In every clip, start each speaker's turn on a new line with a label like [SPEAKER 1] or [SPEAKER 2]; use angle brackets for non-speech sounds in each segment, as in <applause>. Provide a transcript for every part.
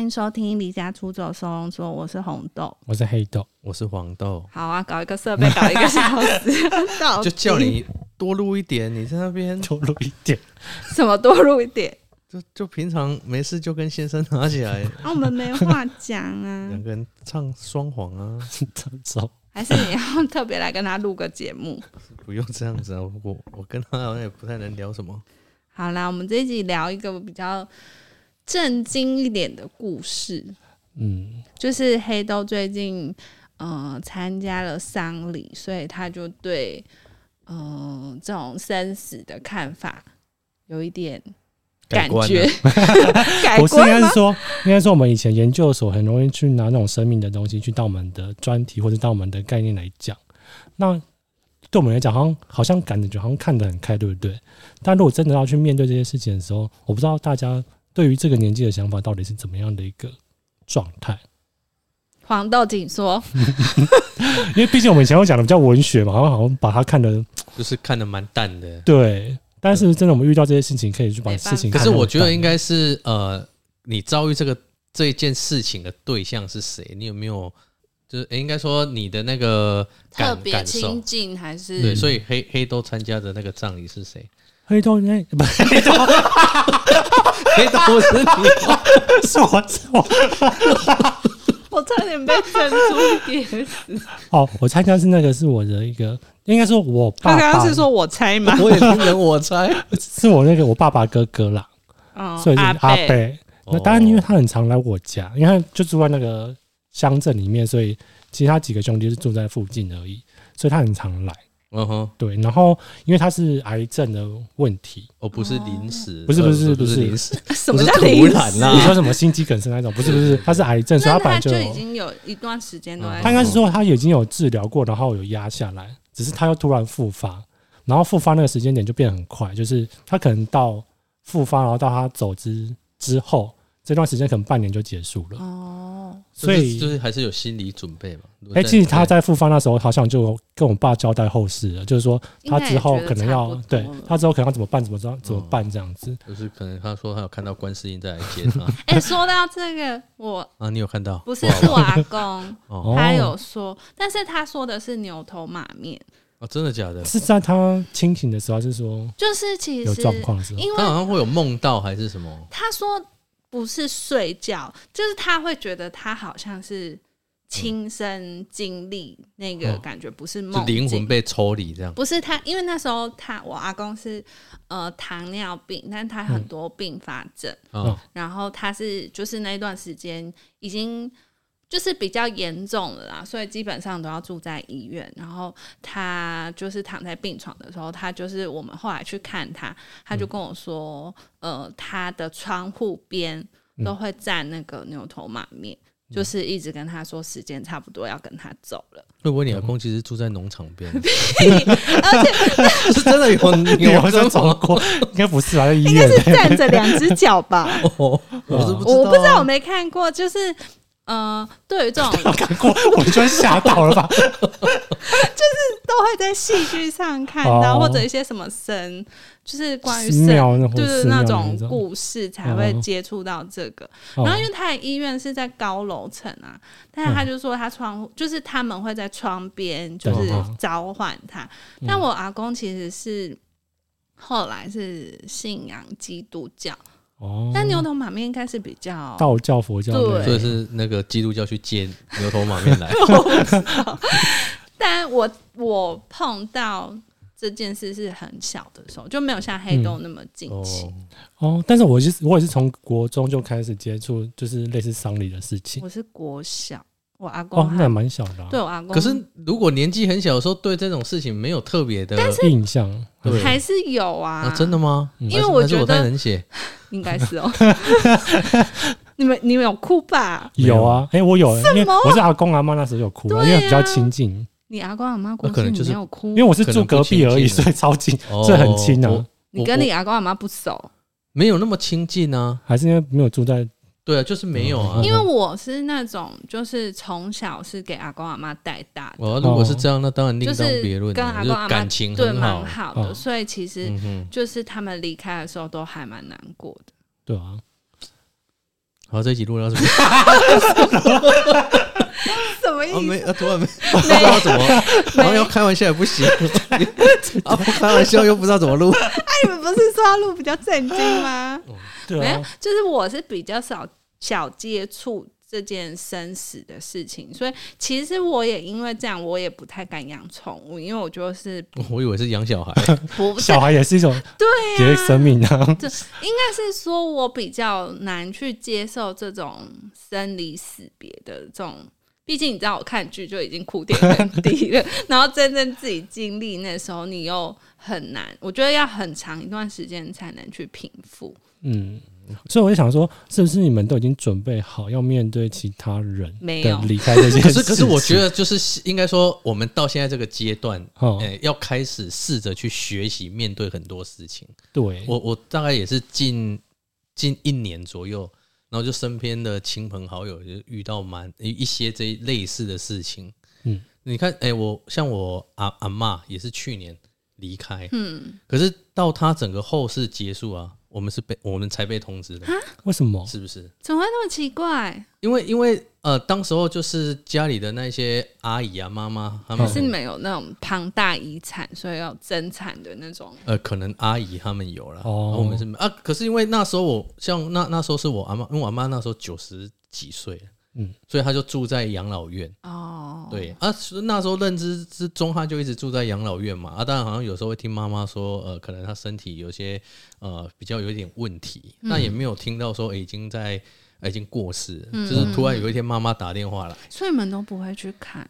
[SPEAKER 1] 迎收听《离家出走收容所》，我是红豆。
[SPEAKER 2] 我是黑 <laughs> 豆，
[SPEAKER 3] 我是黄豆，
[SPEAKER 1] 好啊，搞一个设备，搞一个小时，到底
[SPEAKER 3] <laughs> 就叫你多录一点，你在那边
[SPEAKER 2] 透露一点。
[SPEAKER 1] 什么多录一点。
[SPEAKER 3] 就就平常没事就跟先生拿起
[SPEAKER 1] <laughs>
[SPEAKER 3] 来，
[SPEAKER 1] 啊，我们没话讲
[SPEAKER 3] <laughs>
[SPEAKER 1] 啊
[SPEAKER 3] 两，个人唱双簧啊，
[SPEAKER 2] 走，
[SPEAKER 1] 还是你要特别来跟他录个节目？
[SPEAKER 3] 不用这样子啊，我我跟他好像也不太能聊什么，
[SPEAKER 1] 好啦，我们这一集聊一个比较震惊一点的故事，
[SPEAKER 2] 嗯，
[SPEAKER 1] 就是黑豆最近呃参加了丧礼，所以他就对嗯、呃这种生死的看法有一点
[SPEAKER 3] 改
[SPEAKER 1] 感
[SPEAKER 3] 观
[SPEAKER 1] 觉 <laughs> 改
[SPEAKER 2] 我是应
[SPEAKER 1] 观
[SPEAKER 2] 该
[SPEAKER 1] 哎吗
[SPEAKER 2] 是？说，应该说我们以前研究所很容易去拿那种生命的东西去当我们的专题或者当我们的概念来讲。那对我们来讲，好像好像感觉好像看得很开，对不对？但如果真的要去面对这些事情的时候，我不知道大家对于这个年纪的想法到底是怎么样的一个状态。
[SPEAKER 1] 黄豆锦说，
[SPEAKER 2] 因为毕竟我们以前会讲的比较文学嘛，好像好像把它看得
[SPEAKER 3] 就是看得蛮淡的。
[SPEAKER 2] 对。但是真的，我们遇到这些事情，可以去把
[SPEAKER 1] 没办法
[SPEAKER 2] 事情
[SPEAKER 3] 可
[SPEAKER 2] 看得
[SPEAKER 3] 是
[SPEAKER 2] 很淡。
[SPEAKER 3] 我觉得应该是呃，你遭遇这个这一件事情的对象是谁？你有没有就是、诶应该说你的那个
[SPEAKER 1] 特
[SPEAKER 3] 感
[SPEAKER 1] 别
[SPEAKER 3] 感受
[SPEAKER 1] 亲？近还是
[SPEAKER 3] 对，所以黑黑豆参加的那个葬礼是谁？
[SPEAKER 2] 黑豆应该不
[SPEAKER 3] 黑豆是你，
[SPEAKER 1] <laughs>
[SPEAKER 2] 是我是我
[SPEAKER 1] 我差点被震出一 <laughs> 点。
[SPEAKER 2] 哦，我参加是那个是我的一个，应该说我
[SPEAKER 1] 他
[SPEAKER 2] 爸爸
[SPEAKER 1] 刚刚是说哦我猜吗？
[SPEAKER 3] 我也不能我猜。
[SPEAKER 2] 是我那个我爸爸哥哥啦，
[SPEAKER 1] 哦
[SPEAKER 2] 所以就是阿
[SPEAKER 1] 贝，
[SPEAKER 2] 贝。那
[SPEAKER 3] 哦
[SPEAKER 2] 当然，因为他很常来我家，因为他就住在那个乡镇里面，所以其他几个兄弟是住在附近而已，所以他很常来。
[SPEAKER 3] 嗯哼，
[SPEAKER 2] 对，然后因为他是癌症的问题，
[SPEAKER 3] 哦，不是临时，呃
[SPEAKER 2] 不是不是
[SPEAKER 3] 不
[SPEAKER 2] 不是
[SPEAKER 3] 临时，
[SPEAKER 1] 什
[SPEAKER 3] 不
[SPEAKER 1] 么
[SPEAKER 3] 是
[SPEAKER 1] 叫
[SPEAKER 3] 突
[SPEAKER 1] 零
[SPEAKER 3] 然
[SPEAKER 1] 食
[SPEAKER 2] 你
[SPEAKER 3] 啦。
[SPEAKER 2] 说什么心肌梗塞那种，不是不是，他是癌症，所以
[SPEAKER 1] 啊那
[SPEAKER 2] 他本
[SPEAKER 1] 他
[SPEAKER 2] 来
[SPEAKER 1] 就
[SPEAKER 2] 有
[SPEAKER 1] 已经有一段时间都在
[SPEAKER 3] 嗯
[SPEAKER 2] 他应该是说他已经有治疗过，然后有压下来，只是他又突然复发，然后复发那个时间点就变得很快，就是他可能到复发，然后到他走之之后，这段时间可能半年就结束了。
[SPEAKER 1] 哦，
[SPEAKER 2] 所
[SPEAKER 3] 就是就
[SPEAKER 2] 以，
[SPEAKER 3] 是还是有心理准备嘛。如果
[SPEAKER 2] 哎、
[SPEAKER 3] 在
[SPEAKER 2] 其实他在复发那时候，好像就跟我爸交代后事了，就是说他之后可能
[SPEAKER 1] 应
[SPEAKER 2] 要
[SPEAKER 1] 该也
[SPEAKER 2] 对
[SPEAKER 1] 觉得差不多了
[SPEAKER 2] 他之后可能要怎么办，怎么着怎
[SPEAKER 3] 嗯
[SPEAKER 2] 么办这样子。
[SPEAKER 3] 就是可能他说他有看到观世音在来接
[SPEAKER 2] <laughs>
[SPEAKER 3] 他
[SPEAKER 1] 哎、说到这个，我
[SPEAKER 3] 啊，你有看到？
[SPEAKER 1] 不是
[SPEAKER 3] 哇
[SPEAKER 1] 是我阿公，
[SPEAKER 3] 哦
[SPEAKER 2] 哦
[SPEAKER 1] 他有说，但是他说的是牛头马面，
[SPEAKER 3] 哦，真的假的？
[SPEAKER 2] 是在他清醒的时候，还是说
[SPEAKER 1] 就是其
[SPEAKER 2] 有
[SPEAKER 1] 实
[SPEAKER 2] 状况的时候？
[SPEAKER 1] 因
[SPEAKER 3] 他
[SPEAKER 1] 为
[SPEAKER 3] 好像会有梦到还是什么？
[SPEAKER 1] 他说不是睡觉，就是他会觉得他好像是亲身经历那个
[SPEAKER 3] 哦
[SPEAKER 1] 感觉，不是
[SPEAKER 3] 就
[SPEAKER 1] 梦
[SPEAKER 3] 灵
[SPEAKER 1] 境
[SPEAKER 3] 魂被抽离这样。
[SPEAKER 1] 不是他，因为那时候他我阿公是呃糖尿病，但他
[SPEAKER 3] 嗯
[SPEAKER 1] 很多并发症，
[SPEAKER 2] 嗯
[SPEAKER 3] 啊，
[SPEAKER 1] 然后他是就是那段时间已经就是比较严重了啦，所以基本上都要住在医院。然后他就是躺在病床的时候，他就是我们后来去看
[SPEAKER 3] 嗯
[SPEAKER 1] 他，他就跟我说，呃，他的窗户边嗯都会站那个牛头马面，
[SPEAKER 3] 嗯
[SPEAKER 1] 就是一直跟他说时间差不多要跟他走了。
[SPEAKER 3] 会不会你阿公其实住在农场边？
[SPEAKER 1] 而且
[SPEAKER 3] <laughs> 是真的有
[SPEAKER 2] 嗯 <laughs> 你好
[SPEAKER 3] 牛
[SPEAKER 2] 像
[SPEAKER 3] 生
[SPEAKER 2] 走
[SPEAKER 3] 虫？
[SPEAKER 2] 过，应该不是吧？在医
[SPEAKER 1] 应该
[SPEAKER 2] 院
[SPEAKER 1] 是站着两只脚吧。
[SPEAKER 3] 哦 <laughs> 我是不
[SPEAKER 1] 我不知道，
[SPEAKER 3] 知道
[SPEAKER 1] 我
[SPEAKER 3] 啊。
[SPEAKER 1] 没看过，就是。呃，对于这种
[SPEAKER 2] 我看过， <laughs> 我就吓
[SPEAKER 1] <laughs>
[SPEAKER 2] 到了吧？
[SPEAKER 1] 都会在戏剧上看到，
[SPEAKER 2] 哦
[SPEAKER 1] 或者一些什么神，就是关于
[SPEAKER 2] 寺
[SPEAKER 1] 神，
[SPEAKER 2] 庙那种
[SPEAKER 1] 就是
[SPEAKER 2] 寺庙
[SPEAKER 1] 那
[SPEAKER 2] 那
[SPEAKER 1] 种
[SPEAKER 2] 种
[SPEAKER 1] 故事才会
[SPEAKER 2] 哦
[SPEAKER 1] 接触到这个。
[SPEAKER 2] 哦
[SPEAKER 1] 然后因为他的医院是在高楼层啊，但是他就说他窗户、就是他们会在窗边就是
[SPEAKER 2] 对哦
[SPEAKER 1] 召唤他。
[SPEAKER 2] 嗯
[SPEAKER 1] 但我阿公其实是后来是信仰基督教，
[SPEAKER 2] 哦，
[SPEAKER 1] 但牛头马面应该是比较
[SPEAKER 2] 道教、佛教类的
[SPEAKER 3] 所以是那个基督教去接牛头马面来，
[SPEAKER 1] 但我我碰到这件事是很小的时候，就没有像黑洞那么近期。
[SPEAKER 3] 哦，
[SPEAKER 2] 嗯哦。但是我是我也是从国中就开始接触，就是类似丧礼的事情。
[SPEAKER 1] 我是国小，我阿公
[SPEAKER 2] 哦，那
[SPEAKER 1] 还、
[SPEAKER 2] 也蛮小的、啊，
[SPEAKER 1] 对我阿公，
[SPEAKER 3] 可是如果年纪很小的时候，对这种事情没有特别的，
[SPEAKER 2] 印象。
[SPEAKER 3] 对
[SPEAKER 1] 还是有啊，
[SPEAKER 3] 啊，真的吗？
[SPEAKER 2] 嗯
[SPEAKER 1] 因为
[SPEAKER 3] 还是
[SPEAKER 1] 我
[SPEAKER 3] 还是
[SPEAKER 1] 觉
[SPEAKER 3] 我太
[SPEAKER 1] 得
[SPEAKER 3] 冷血，
[SPEAKER 1] 应该是
[SPEAKER 3] <laughs>
[SPEAKER 1] 哦。 <laughs> 你们你们有哭吧？
[SPEAKER 3] 没有
[SPEAKER 2] 有啊，哎、我有，因为我是阿公阿妈那时候有哭、
[SPEAKER 1] 对啊
[SPEAKER 2] 因为比较亲近，
[SPEAKER 1] 你阿公阿妈过
[SPEAKER 3] 那可
[SPEAKER 1] 世，
[SPEAKER 3] 能
[SPEAKER 1] 你
[SPEAKER 3] 就是
[SPEAKER 1] 没有哭，
[SPEAKER 2] 因为我是住隔壁而已，
[SPEAKER 3] 可能不亲近
[SPEAKER 2] 所以超近，
[SPEAKER 3] 哦
[SPEAKER 2] 所以很亲啊
[SPEAKER 3] 我
[SPEAKER 1] 你跟你阿公阿妈不熟，
[SPEAKER 3] 没有那么亲近啊。
[SPEAKER 2] 还是因为没有住在
[SPEAKER 3] 对啊，就是没有啊
[SPEAKER 2] 嗯。
[SPEAKER 1] 因为我是那种就是从小是给阿公阿妈带大的，
[SPEAKER 3] 我哦如果是这样，那当然另
[SPEAKER 1] 就
[SPEAKER 3] 当
[SPEAKER 1] 是
[SPEAKER 3] 别论
[SPEAKER 1] 跟
[SPEAKER 3] 啊，
[SPEAKER 1] 阿
[SPEAKER 3] 就
[SPEAKER 1] 公阿
[SPEAKER 3] 是
[SPEAKER 1] 妈
[SPEAKER 3] 感情
[SPEAKER 1] 对
[SPEAKER 3] 很
[SPEAKER 1] 蛮
[SPEAKER 3] 好。哦
[SPEAKER 1] 好的，
[SPEAKER 2] 嗯
[SPEAKER 1] 所以其实
[SPEAKER 3] 嗯哼，
[SPEAKER 1] 就是他们离开的时候都还蛮难过的。
[SPEAKER 2] 对啊，
[SPEAKER 3] 好，这一集录
[SPEAKER 1] <laughs>
[SPEAKER 3] 到这边，
[SPEAKER 1] 什么意
[SPEAKER 3] 啊
[SPEAKER 1] 思？
[SPEAKER 3] 没，啊突然没，不知道怎么，然后要开玩笑也
[SPEAKER 1] <laughs>
[SPEAKER 3] 不行，啊不开玩笑又不知道怎么录，
[SPEAKER 1] 哎，你们不是说要录比较震惊吗？
[SPEAKER 3] 哦
[SPEAKER 2] 对
[SPEAKER 1] 没有
[SPEAKER 2] 啊，，
[SPEAKER 1] 就是我是比较少小接触这件生死的事情，所以其实我也因为这样，我也不太敢养宠物，因为我就是
[SPEAKER 3] 我以为是养小
[SPEAKER 2] <laughs>
[SPEAKER 3] 孩，
[SPEAKER 1] 不是
[SPEAKER 2] 小孩也是一种
[SPEAKER 1] 对
[SPEAKER 2] 节
[SPEAKER 1] 呀、
[SPEAKER 2] 生命啊，
[SPEAKER 1] 这应该是说，我比较难去接受这种生离死别的这种。毕竟你知道，我看剧就已经哭点很低
[SPEAKER 2] <laughs>
[SPEAKER 1] 了，然后真正自己经历那时候，你又很难。我觉得要很长一段时间才能去平复。
[SPEAKER 2] 嗯。所以我就想说，是不是你们都已经准备好要面对其他人
[SPEAKER 1] 没
[SPEAKER 2] 的
[SPEAKER 1] 有
[SPEAKER 2] 离开这件
[SPEAKER 3] 可
[SPEAKER 2] 事
[SPEAKER 3] 是
[SPEAKER 2] 情？
[SPEAKER 3] 可是我觉，得就是应该说，我们到现在这个阶段，
[SPEAKER 2] 哦，
[SPEAKER 3] 哎，要开始试着去学习面对很多事情。
[SPEAKER 2] 对，
[SPEAKER 3] 我我大概也是近近一年左右，然后就身边的亲朋好友就遇到蛮一些这一类似的事情。
[SPEAKER 2] 嗯，
[SPEAKER 3] 你看，哎、我像我阿阿嬷也是去年离开，
[SPEAKER 1] 嗯，
[SPEAKER 3] 可是到她整个后事结束啊，我们是被我们才被通知的，
[SPEAKER 2] 为什么？
[SPEAKER 3] 是不是？
[SPEAKER 1] 怎么会那么奇怪？
[SPEAKER 3] 因为因为呃，当时候就是家里的那些阿姨啊、妈妈，他们
[SPEAKER 1] 是你们有那种庞大遗产，所以要争产的那种。
[SPEAKER 3] 呃，可能阿姨他们有了，
[SPEAKER 2] 哦
[SPEAKER 3] 然后我们是没啊。可是因为那时候我像那那时候是我阿妈，因为我阿妈那时候九十几岁了，
[SPEAKER 2] 嗯
[SPEAKER 3] 嗯，所以她就住在养老院。
[SPEAKER 1] 哦，
[SPEAKER 3] 对、啊，是那时候认知之中，她就一直住在养老院嘛。啊，当然好像有时候会听妈妈说，呃，可能她身体有些呃比较有一点问题，那、也没有听到说、诶已经在。呃已经过世了，就是突然有一天妈妈打电话来，
[SPEAKER 1] 所以你们都不会去看。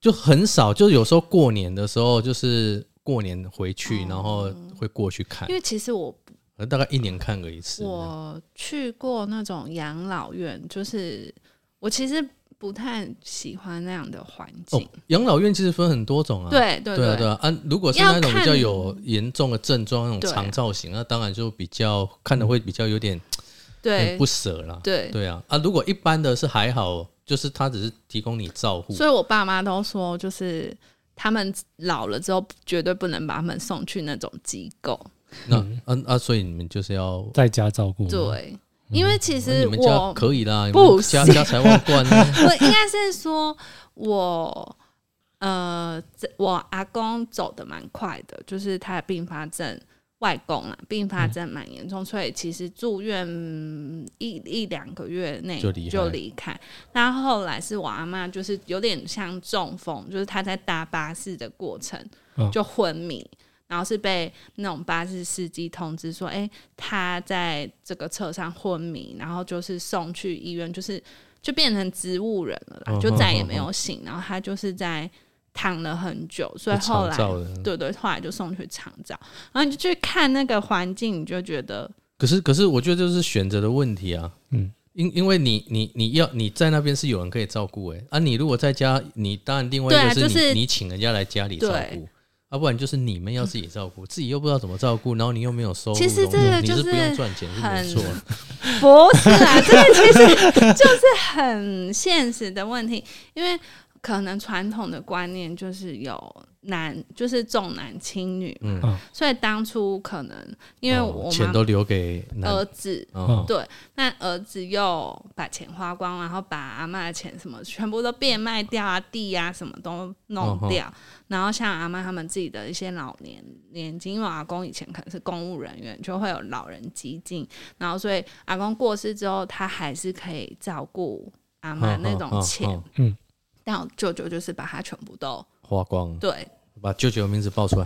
[SPEAKER 3] 就很少，就有时候过年的时候，就是过年回去，然后会过去看
[SPEAKER 1] 因，为其实我
[SPEAKER 3] 可能大概一年看个一次。
[SPEAKER 1] 我去过那种养老院，就是我其实不太喜欢那样的环
[SPEAKER 3] 哦
[SPEAKER 1] 境。，
[SPEAKER 3] 养老院其实分很多种啊。
[SPEAKER 1] 对对
[SPEAKER 3] 对啊对啊啊！如果是
[SPEAKER 1] 要
[SPEAKER 3] 那种比较
[SPEAKER 1] 看
[SPEAKER 3] 有严重的症状，那
[SPEAKER 1] 对
[SPEAKER 3] 种肠造型，那当然就比较看的会比较有点有点
[SPEAKER 1] 对
[SPEAKER 3] 哎不舍啦。
[SPEAKER 1] 对
[SPEAKER 3] 对啊啊！如果一般的是还好，就是他只是提供你照护
[SPEAKER 1] 所。以我爸妈都说，就是他们老了之后，绝对不能把他们送去那种机构。
[SPEAKER 3] 那
[SPEAKER 1] 嗯
[SPEAKER 3] 啊啊，所以你们就是要，
[SPEAKER 2] 嗯在家照顾吗，
[SPEAKER 1] 对，因为其
[SPEAKER 3] 那嗯哦你
[SPEAKER 1] 实
[SPEAKER 3] 们家
[SPEAKER 1] 我
[SPEAKER 3] 可以啦，你
[SPEAKER 1] 不
[SPEAKER 3] 们家家财万贯啊。
[SPEAKER 1] <laughs> 我应该是说我。呃，这我阿公走的蛮快的，就是他的并发症，外公啊，并
[SPEAKER 3] 嗯
[SPEAKER 1] 发症蛮严重，所以其实住院嗯一一两个月内
[SPEAKER 3] 就离开
[SPEAKER 1] 就离开。那后来是我阿妈，就是有点像中风，就是她在搭巴士的过程
[SPEAKER 3] 哦
[SPEAKER 2] 嗯
[SPEAKER 1] 就昏迷，然后是被那种巴士司机通知说，哎、他在这个车上昏迷，然后就是送去医院，就是就变成植物人了啦，
[SPEAKER 3] 嗯
[SPEAKER 1] 就再也没有醒。然后他就是在躺了很久，所以后
[SPEAKER 3] 长
[SPEAKER 1] 来
[SPEAKER 3] 照的。
[SPEAKER 1] 对对，后来就送去长照。然后你就去看那个环境，你就觉得
[SPEAKER 3] 可是可是，我觉得就是选择的问题啊。
[SPEAKER 2] 嗯
[SPEAKER 3] 嗯，因因为你你你要你在那边是有人可以照顾哎、啊，你如果在家，你当然另外
[SPEAKER 1] 对啊
[SPEAKER 3] 一个是你、
[SPEAKER 1] 就是
[SPEAKER 3] 你请人家来家里照顾
[SPEAKER 1] 对。
[SPEAKER 3] 啊，不然就是你们要自己照
[SPEAKER 1] <laughs>
[SPEAKER 3] 顾，自己又不知道怎么照顾，然后你又没有收入，
[SPEAKER 1] 其实
[SPEAKER 3] 然后
[SPEAKER 1] 这个
[SPEAKER 3] 你
[SPEAKER 1] 就是是
[SPEAKER 3] 不用赚钱是没错，
[SPEAKER 1] 不是啦，这个其实就是很现实的问题，因为可能传统的观念就是有男就是重男轻女，
[SPEAKER 3] 嗯，
[SPEAKER 1] 所以当初可能因为
[SPEAKER 3] 哦
[SPEAKER 1] 我
[SPEAKER 3] 钱
[SPEAKER 1] 妈呃
[SPEAKER 3] 都留给男
[SPEAKER 1] 儿子。
[SPEAKER 3] 哦
[SPEAKER 1] 对，那儿子又把钱花光，然后把阿妈的钱什么全部都变卖掉啊，地啊什么都弄
[SPEAKER 3] 嗯
[SPEAKER 1] 掉。然后像阿妈他们自己的一些老年年金，因为我阿公以前可能是公务人员，就会有老人基金，然后所以阿公过世之后，他还是可以照顾阿妈
[SPEAKER 3] 嗯
[SPEAKER 1] 那种
[SPEAKER 3] 嗯
[SPEAKER 1] 钱。
[SPEAKER 3] 嗯
[SPEAKER 1] 但我舅舅就是把他全部都
[SPEAKER 3] 花光，
[SPEAKER 1] 对
[SPEAKER 3] 把舅舅的名字
[SPEAKER 1] <laughs>
[SPEAKER 3] 报出来，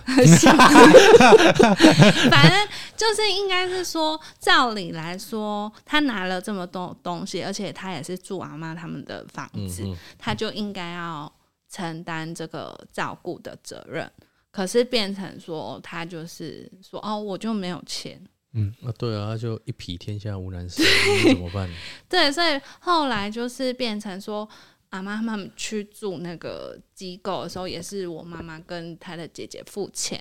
[SPEAKER 1] 反正就是应该是说，照理来说，他拿了这么多东西，而且他也是住阿妈他们的房
[SPEAKER 3] 嗯
[SPEAKER 1] 子，
[SPEAKER 3] 嗯，
[SPEAKER 1] 他就应该要承担这个照顾的责任。可是变成说，他就是说，哦，我就没有钱。
[SPEAKER 3] 啊对啊，就一匹天下无难事，你们怎么办？
[SPEAKER 1] <laughs> 对，所以后来就是变成说，阿妈他们去住那个机构的时候，也是我妈妈跟她的姐姐付钱。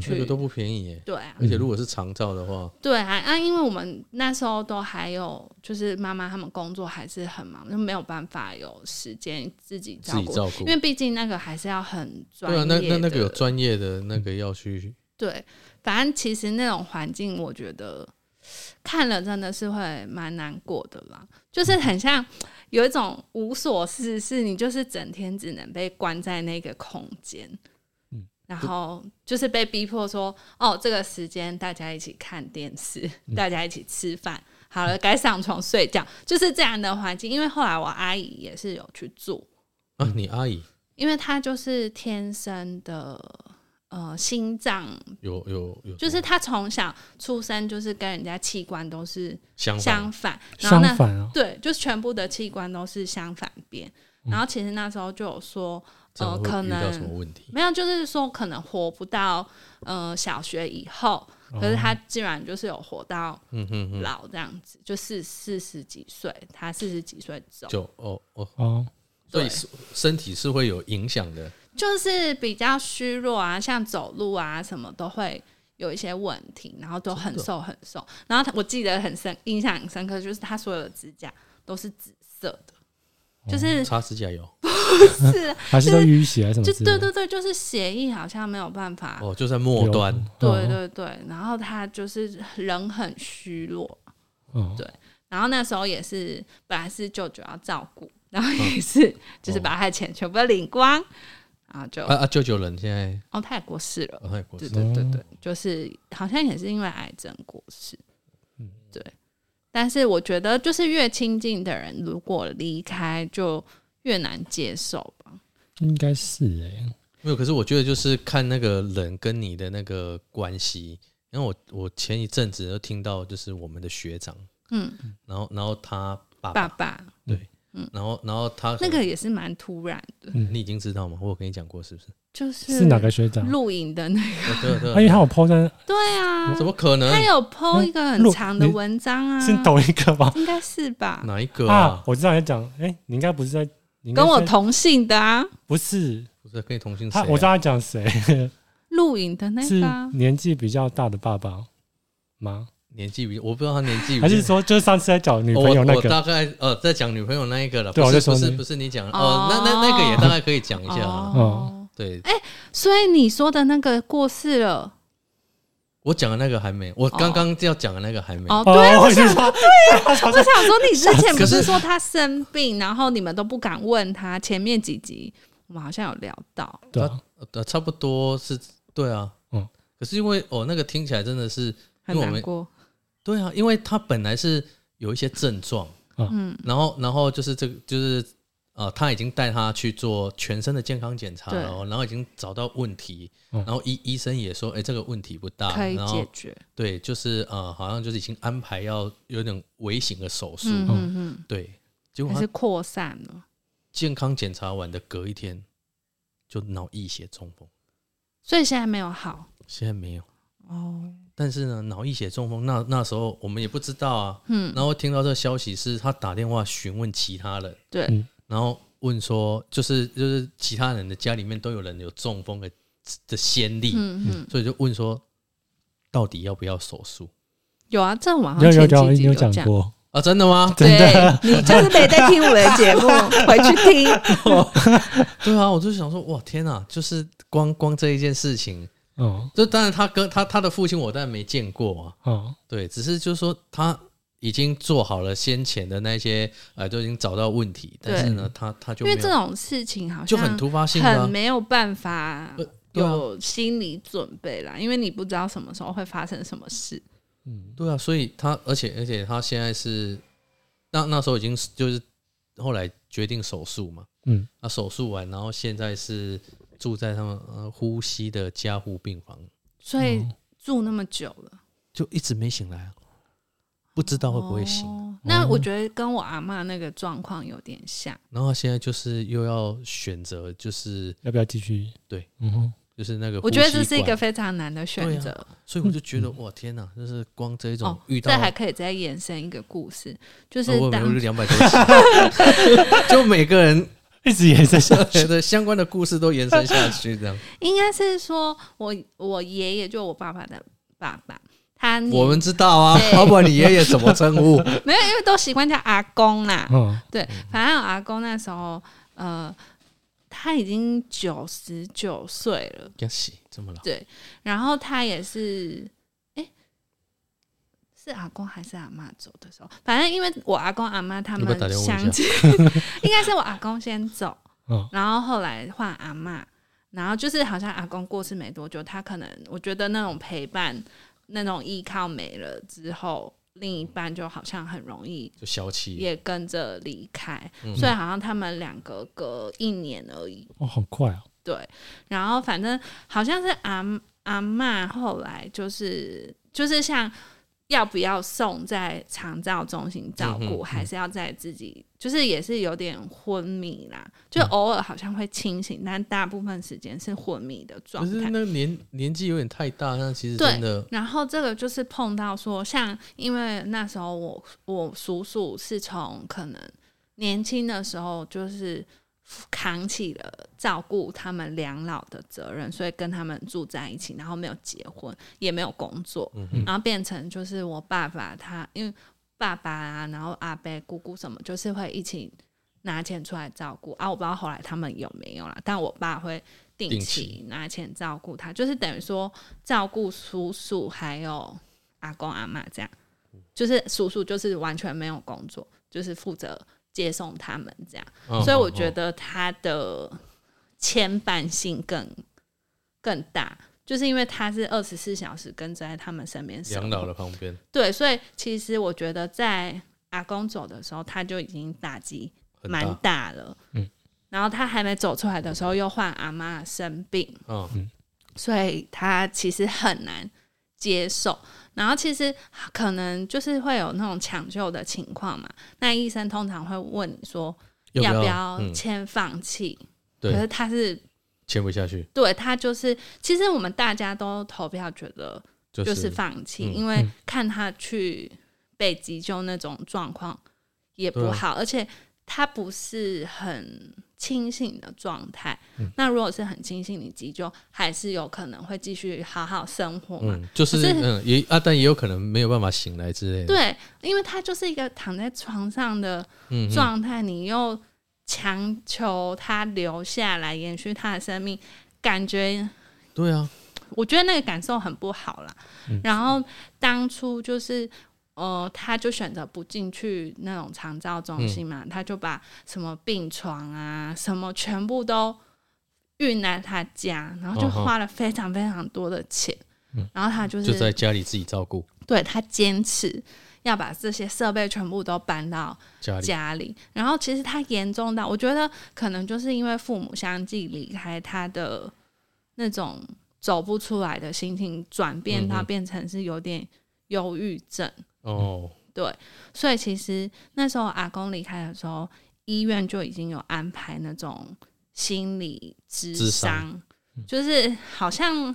[SPEAKER 3] 这个都不便宜耶，
[SPEAKER 1] 对啊，
[SPEAKER 3] 而且如果是长照的话，
[SPEAKER 1] 对啊，啊，因为我们那时候都还有，就是妈妈他们工作还是很忙，就没有办法有时间自己
[SPEAKER 3] 自
[SPEAKER 1] 照
[SPEAKER 3] 己
[SPEAKER 1] 顾，
[SPEAKER 3] 照顾
[SPEAKER 1] 因，为毕竟那个还是要很专
[SPEAKER 3] 对
[SPEAKER 1] 业
[SPEAKER 3] 啊，
[SPEAKER 1] 的。嗯
[SPEAKER 3] 那那那个有专业的那个要去
[SPEAKER 1] 对，反正其实那种环境，我觉得看了真的是会蛮难过的啦，就是很像有一种无所事事，你就是整天只能被关在那个空间，
[SPEAKER 2] 嗯
[SPEAKER 1] 然后就是被逼迫说，哦，这个时间大家一起看电视，大家一起吃饭，好了，该上床睡觉，就是这样的环境。因为后来我阿姨也是有去住，
[SPEAKER 3] 啊，你阿姨
[SPEAKER 1] 因为她就是天生的呃心脏，
[SPEAKER 3] 有有有，
[SPEAKER 1] 就是她从小出生就是跟人家器官都是。
[SPEAKER 3] 相反
[SPEAKER 1] 相反，然后
[SPEAKER 2] 相
[SPEAKER 1] 那
[SPEAKER 2] 反啊，
[SPEAKER 1] 对，就是全部的器官都是相反边。然后其实那时候就有说，
[SPEAKER 3] 这样
[SPEAKER 1] 呃
[SPEAKER 3] 会
[SPEAKER 1] 可
[SPEAKER 3] 遇到
[SPEAKER 1] 能
[SPEAKER 3] 什么问题？
[SPEAKER 1] 没有，就是说可能活不到呃小学以后，可是他竟然就是有活到
[SPEAKER 3] 哦嗯哼哼，
[SPEAKER 1] 老这样子，就四四十几岁，他四十几岁走，
[SPEAKER 3] 就哦哦，
[SPEAKER 2] 哦，
[SPEAKER 3] 所以
[SPEAKER 1] 对
[SPEAKER 3] 是身体是会有影响的。
[SPEAKER 1] 就是比较虚弱啊，像走路啊什么都会。有一些问题，然后都很
[SPEAKER 3] 真的
[SPEAKER 1] 瘦很瘦，然后他我记得很深，印象很深刻，就是他所有的指甲都是紫色的，
[SPEAKER 3] 哦
[SPEAKER 1] 就是
[SPEAKER 3] 擦指甲油
[SPEAKER 2] 还是都淤血还是什么
[SPEAKER 1] 就
[SPEAKER 2] 之类
[SPEAKER 1] 对
[SPEAKER 2] 的？
[SPEAKER 1] 对对，就是协议好像没有办法，
[SPEAKER 3] 哦，嗯就在末
[SPEAKER 2] 有哦
[SPEAKER 3] 端，
[SPEAKER 1] 对，对对，然后他就是人很虚弱，
[SPEAKER 2] 嗯，
[SPEAKER 1] 对然后那时候也是本来是舅舅要照顾，然后
[SPEAKER 3] 嗯
[SPEAKER 1] 也是、就是把他的钱全部都领光，然后就、
[SPEAKER 3] 啊啊，舅舅人现在
[SPEAKER 1] 哦他也过世了，
[SPEAKER 3] 哦他也过
[SPEAKER 1] 对
[SPEAKER 3] 世，
[SPEAKER 1] 对对对，就是好像也是因为癌症过世，对。但是我觉得就是越亲近的人，如果离开就越难接受吧。
[SPEAKER 2] 应该是哎，
[SPEAKER 3] 没有。可是我觉得就是看那个人跟你的那个关系。因为我我前一阵子就听到就是我们的学长，
[SPEAKER 1] 嗯，
[SPEAKER 3] 然后然后他爸
[SPEAKER 1] 爸
[SPEAKER 3] 爸，
[SPEAKER 1] 爸
[SPEAKER 3] 然后然后他
[SPEAKER 1] 那个也是蛮突然的，
[SPEAKER 3] 你已经知道吗？我有跟你讲过是
[SPEAKER 1] <laughs>
[SPEAKER 3] 不是？
[SPEAKER 1] 就是
[SPEAKER 2] 是哪个啊学长？
[SPEAKER 1] 露营的那个，
[SPEAKER 3] 哦对啊对
[SPEAKER 2] 啊
[SPEAKER 3] 啊，
[SPEAKER 2] 因为他有 PO 在
[SPEAKER 1] 对啊，
[SPEAKER 3] 怎么可能
[SPEAKER 1] 他？有 PO 一个很长的
[SPEAKER 2] 录你
[SPEAKER 1] 文章啊，
[SPEAKER 2] 是同一个吧？
[SPEAKER 1] 应该是吧？
[SPEAKER 3] 哪一个
[SPEAKER 2] 啊
[SPEAKER 3] 啊，？
[SPEAKER 2] 我知道你在讲，哎，你应该不是在，你应该
[SPEAKER 1] 跟我
[SPEAKER 2] 在
[SPEAKER 1] 同姓的啊，
[SPEAKER 2] 不是
[SPEAKER 3] 不是跟你同姓谁
[SPEAKER 2] 他，
[SPEAKER 3] 啊？
[SPEAKER 2] 我知道他讲谁，
[SPEAKER 1] 露营的那
[SPEAKER 2] 是
[SPEAKER 1] 个啊、
[SPEAKER 2] 年纪比较大的爸爸吗？
[SPEAKER 3] 年纪比我不知道他年纪比，
[SPEAKER 2] 还是说就是上次在找女
[SPEAKER 3] 哦
[SPEAKER 2] 朋友那
[SPEAKER 3] 我我
[SPEAKER 2] 个？
[SPEAKER 3] 大概呃在讲女朋友那一个了，
[SPEAKER 2] 对
[SPEAKER 3] 不
[SPEAKER 2] 我
[SPEAKER 3] 是
[SPEAKER 2] 就说
[SPEAKER 3] 不是
[SPEAKER 2] 那
[SPEAKER 3] 不是你讲
[SPEAKER 1] 哦
[SPEAKER 3] 哦，那那那个也大概可以讲一下啊。
[SPEAKER 1] 哦，
[SPEAKER 3] 对
[SPEAKER 1] 所以你说的那个过世了
[SPEAKER 3] 我讲的那个还没，我刚刚要讲的那个还没。
[SPEAKER 1] 哦，
[SPEAKER 2] 哦，
[SPEAKER 1] 对啊，
[SPEAKER 2] 我
[SPEAKER 1] 我
[SPEAKER 2] 是
[SPEAKER 1] 想，
[SPEAKER 2] 说，
[SPEAKER 1] 我想说你之前不
[SPEAKER 3] 可
[SPEAKER 1] 是
[SPEAKER 3] 是
[SPEAKER 1] 说他生病，然后你们都不敢问他，前面几集我们好像有聊到，
[SPEAKER 2] 对啊，
[SPEAKER 3] 呃，差不多是，对啊，
[SPEAKER 2] 嗯
[SPEAKER 3] 嗯。可是因为哦，那个听起来真的是，
[SPEAKER 1] 很
[SPEAKER 3] 因为我
[SPEAKER 1] 难
[SPEAKER 3] 们
[SPEAKER 1] 过，
[SPEAKER 3] 对啊，因为他本来是有一些症状，
[SPEAKER 1] 嗯，
[SPEAKER 3] 然后然后就是这个就是呃，他已经带他去做全身的健康检查
[SPEAKER 1] 对
[SPEAKER 3] 了哦，然后已经找到问题，
[SPEAKER 2] 嗯
[SPEAKER 3] 然后医医生也说，哎，这个问题不大，
[SPEAKER 1] 可以
[SPEAKER 3] 然后
[SPEAKER 1] 解决，
[SPEAKER 3] 对，就是呃，好像就是已经安排要有点微型的手术，
[SPEAKER 1] 嗯嗯
[SPEAKER 3] 对，结
[SPEAKER 1] 嗯，
[SPEAKER 3] 果
[SPEAKER 1] 还
[SPEAKER 3] 他
[SPEAKER 1] 是扩散了，
[SPEAKER 3] 健康检查完的隔一天就脑溢血中风，
[SPEAKER 1] 所以现在没有好
[SPEAKER 3] 现在没有。
[SPEAKER 1] 哦，
[SPEAKER 3] 但是呢，脑溢血中风那那时候我们也不知道啊，
[SPEAKER 1] 嗯，
[SPEAKER 3] 然后听到这个消息是他打电话询问其他人，
[SPEAKER 1] 对
[SPEAKER 2] 嗯
[SPEAKER 3] 然后问说就是就是其他人的家里面都有人有中风的的先例，
[SPEAKER 1] 嗯嗯，
[SPEAKER 3] 所以就问说到底要不要手术
[SPEAKER 1] 有啊，这我好
[SPEAKER 2] 有
[SPEAKER 1] 像
[SPEAKER 2] 有
[SPEAKER 1] 前
[SPEAKER 2] 有
[SPEAKER 1] 几集
[SPEAKER 2] 有
[SPEAKER 1] 讲
[SPEAKER 2] 讲过，
[SPEAKER 3] 啊？真的吗？
[SPEAKER 2] 真的
[SPEAKER 1] 对，你就是没在听我的节
[SPEAKER 3] <laughs>
[SPEAKER 1] 目，回去听。
[SPEAKER 3] 对啊，我就想说哇天啊，就是光光这一件事情，
[SPEAKER 2] 嗯
[SPEAKER 3] 就当然他跟他他的父亲我当然没见过啊，
[SPEAKER 2] 嗯
[SPEAKER 3] 对，只是就是说他已经做好了先前的那些，呃，都已经找到问题，
[SPEAKER 1] 对
[SPEAKER 3] 但是呢，他他就
[SPEAKER 1] 因
[SPEAKER 3] 没
[SPEAKER 1] 为
[SPEAKER 3] 有
[SPEAKER 1] 这种事情好像
[SPEAKER 3] 就很突发性的、
[SPEAKER 1] 很
[SPEAKER 3] 啊，
[SPEAKER 1] 没有办法
[SPEAKER 3] 呃对啊，
[SPEAKER 1] 有心理准备啦，因为你不知道什么时候会发生什么事。
[SPEAKER 2] 嗯，
[SPEAKER 3] 对啊，所以他而且而且他现在是那那时候已经是就是后来决定手术嘛，
[SPEAKER 2] 嗯，
[SPEAKER 3] 他手术完，然后现在是住在他们呃呼吸的加护病房，
[SPEAKER 1] 所以
[SPEAKER 3] 哦
[SPEAKER 1] 住那么久了，
[SPEAKER 3] 就一直没醒来啊，不知道会不会醒。啊
[SPEAKER 1] 哦
[SPEAKER 3] 嗯
[SPEAKER 1] 那我觉得跟我阿嬷那个状况有点像，
[SPEAKER 3] 然后他现在就是又要选择，就是
[SPEAKER 2] 要不要继续？
[SPEAKER 3] 对，
[SPEAKER 2] 嗯哼，
[SPEAKER 3] 就是那个呼
[SPEAKER 1] 我
[SPEAKER 3] 吸
[SPEAKER 1] 觉
[SPEAKER 3] 管，
[SPEAKER 1] 得这是一个非常难的选择。
[SPEAKER 3] 所以我就觉得，哇，天哪！就是光啊这一种
[SPEAKER 1] 哦，
[SPEAKER 3] 遇到，
[SPEAKER 1] 这还可以再延伸一个故事，就
[SPEAKER 3] 呃
[SPEAKER 1] 是
[SPEAKER 3] 我
[SPEAKER 1] 当
[SPEAKER 3] 有
[SPEAKER 1] <laughs>
[SPEAKER 3] 两百多集， <laughs> 就每个人
[SPEAKER 2] 一直延伸
[SPEAKER 3] <laughs>
[SPEAKER 2] 下去，
[SPEAKER 3] 的相关的故事都延伸下
[SPEAKER 1] <laughs>
[SPEAKER 3] 去，这样。
[SPEAKER 1] 应该是说我我爷爷就我爸爸的爸爸，他年
[SPEAKER 3] 我们知道啊， <laughs> 要不然你爷爷怎么称呼？
[SPEAKER 1] 没有，因为都习惯叫阿公啦。
[SPEAKER 2] 嗯
[SPEAKER 1] 对，反正我阿公那时候，呃，他已经九十九岁了，
[SPEAKER 3] 要洗这么老，
[SPEAKER 1] 对，然后他也是，哎、是阿公还是阿妈走的时候，反正因为我阿公阿妈他
[SPEAKER 3] 要不要
[SPEAKER 1] 们
[SPEAKER 3] 打电话问
[SPEAKER 1] 相
[SPEAKER 3] 一下哦
[SPEAKER 1] 继， <laughs> 应该是我阿公先走，
[SPEAKER 2] 嗯
[SPEAKER 1] 然后后来换阿妈，然后就是好像阿公过世没多久，他可能我觉得那种陪伴、那种依靠没了之后，另一半就好像很容易
[SPEAKER 3] 就消气。
[SPEAKER 1] 也跟着离开，
[SPEAKER 3] 嗯
[SPEAKER 1] 所以好像他们两个隔一年而已。
[SPEAKER 2] 哦，好快哦，
[SPEAKER 1] 对，然后反正好像是阿阿嬷后来就是就是像要不要送在长照中心照
[SPEAKER 3] 嗯哼
[SPEAKER 1] 顾，
[SPEAKER 3] 嗯
[SPEAKER 1] 还是要在自己就是也是有点昏迷啦，就
[SPEAKER 3] 嗯
[SPEAKER 1] 偶尔好像会清醒，但大部分时间是昏迷的状
[SPEAKER 3] 可是
[SPEAKER 1] 态。
[SPEAKER 3] 那个年年纪有点太大，那其实
[SPEAKER 1] 对
[SPEAKER 3] 真的
[SPEAKER 1] 然后这个就是碰到说，像因为那时候我我叔叔是从可能年轻的时候就是扛起了照顾他们两老的责任，所以跟他们住在一起，然后没有结婚，也没有工作，然后变成就是我爸爸他因为爸爸啊，然后阿伯、姑姑什么，就是会一起。拿钱出来照顾啊！我不知道后来他们有没有啦，但我爸会定
[SPEAKER 3] 定
[SPEAKER 1] 期拿钱照顾他，就是等于说照顾叔叔还有阿公阿妈这样，就是叔叔就是完全没有工作，就是负责接送他们这样，
[SPEAKER 3] 嗯
[SPEAKER 1] 所以我觉
[SPEAKER 3] 嗯
[SPEAKER 1] 得他的牵绊性更更大，就是因为他是二十四小时跟在他们身边
[SPEAKER 3] 嗯
[SPEAKER 1] 生
[SPEAKER 3] 养
[SPEAKER 1] 活
[SPEAKER 3] 老的旁边
[SPEAKER 1] 对，所以其实我觉得在阿公走的时候，他就已经打击
[SPEAKER 3] 很大
[SPEAKER 1] 蛮大了，
[SPEAKER 2] 嗯，
[SPEAKER 1] 然后他还没走出来的时候，又换阿妈生病，
[SPEAKER 3] 嗯
[SPEAKER 1] 所以他其实很难接受。然后其实可能就是会有那种抢救的情况嘛，那医生通常会问你说
[SPEAKER 3] 要
[SPEAKER 1] 不
[SPEAKER 3] 要嗯
[SPEAKER 1] 签放弃，
[SPEAKER 3] 对
[SPEAKER 1] 可是他是
[SPEAKER 3] 签不下去，
[SPEAKER 1] 对他就是，其实我们大家都投票觉得
[SPEAKER 3] 就
[SPEAKER 1] 就是
[SPEAKER 3] 是
[SPEAKER 1] 放弃，
[SPEAKER 3] 嗯
[SPEAKER 1] 因为看他去被急救那种状况也
[SPEAKER 3] 对
[SPEAKER 1] 不
[SPEAKER 3] 啊
[SPEAKER 1] 好，而且他不是很清醒的状态。
[SPEAKER 3] 嗯
[SPEAKER 1] 那如果是很清醒，你急救还是有可能会继续好好生活嘛？
[SPEAKER 3] 嗯，就是
[SPEAKER 1] 可是
[SPEAKER 3] 嗯也啊，但也有可能没有办法醒来之类的。
[SPEAKER 1] 对，因为他就是一个躺在床上的
[SPEAKER 3] 嗯，嗯
[SPEAKER 1] 状态，你又强求他留下来延续他的生命，感觉
[SPEAKER 3] 对啊，
[SPEAKER 1] 我觉得那个感受很不好啦。然后当初就是。呃，他就选择不进去那种长照中心嘛，他就把什么病床啊，什么全部都运来他家，然后就
[SPEAKER 3] 嗯哼
[SPEAKER 1] 花了非常非常多的钱，然后他就是
[SPEAKER 3] 就在家里自己照顾
[SPEAKER 1] 对他坚持要把这些设备全部都搬到
[SPEAKER 3] 家里，
[SPEAKER 1] 家里。然后其实他严重到，我觉得可能就是因为父母相继离开，他的那种走不出来的心情转变
[SPEAKER 3] 嗯
[SPEAKER 1] 到
[SPEAKER 3] 哼
[SPEAKER 1] 变成是有点忧郁症。
[SPEAKER 3] 哦，
[SPEAKER 1] 所以其实那时候阿公离开的时候，医院就已经有安排那种心理智
[SPEAKER 3] 咨商
[SPEAKER 1] 商，就是好像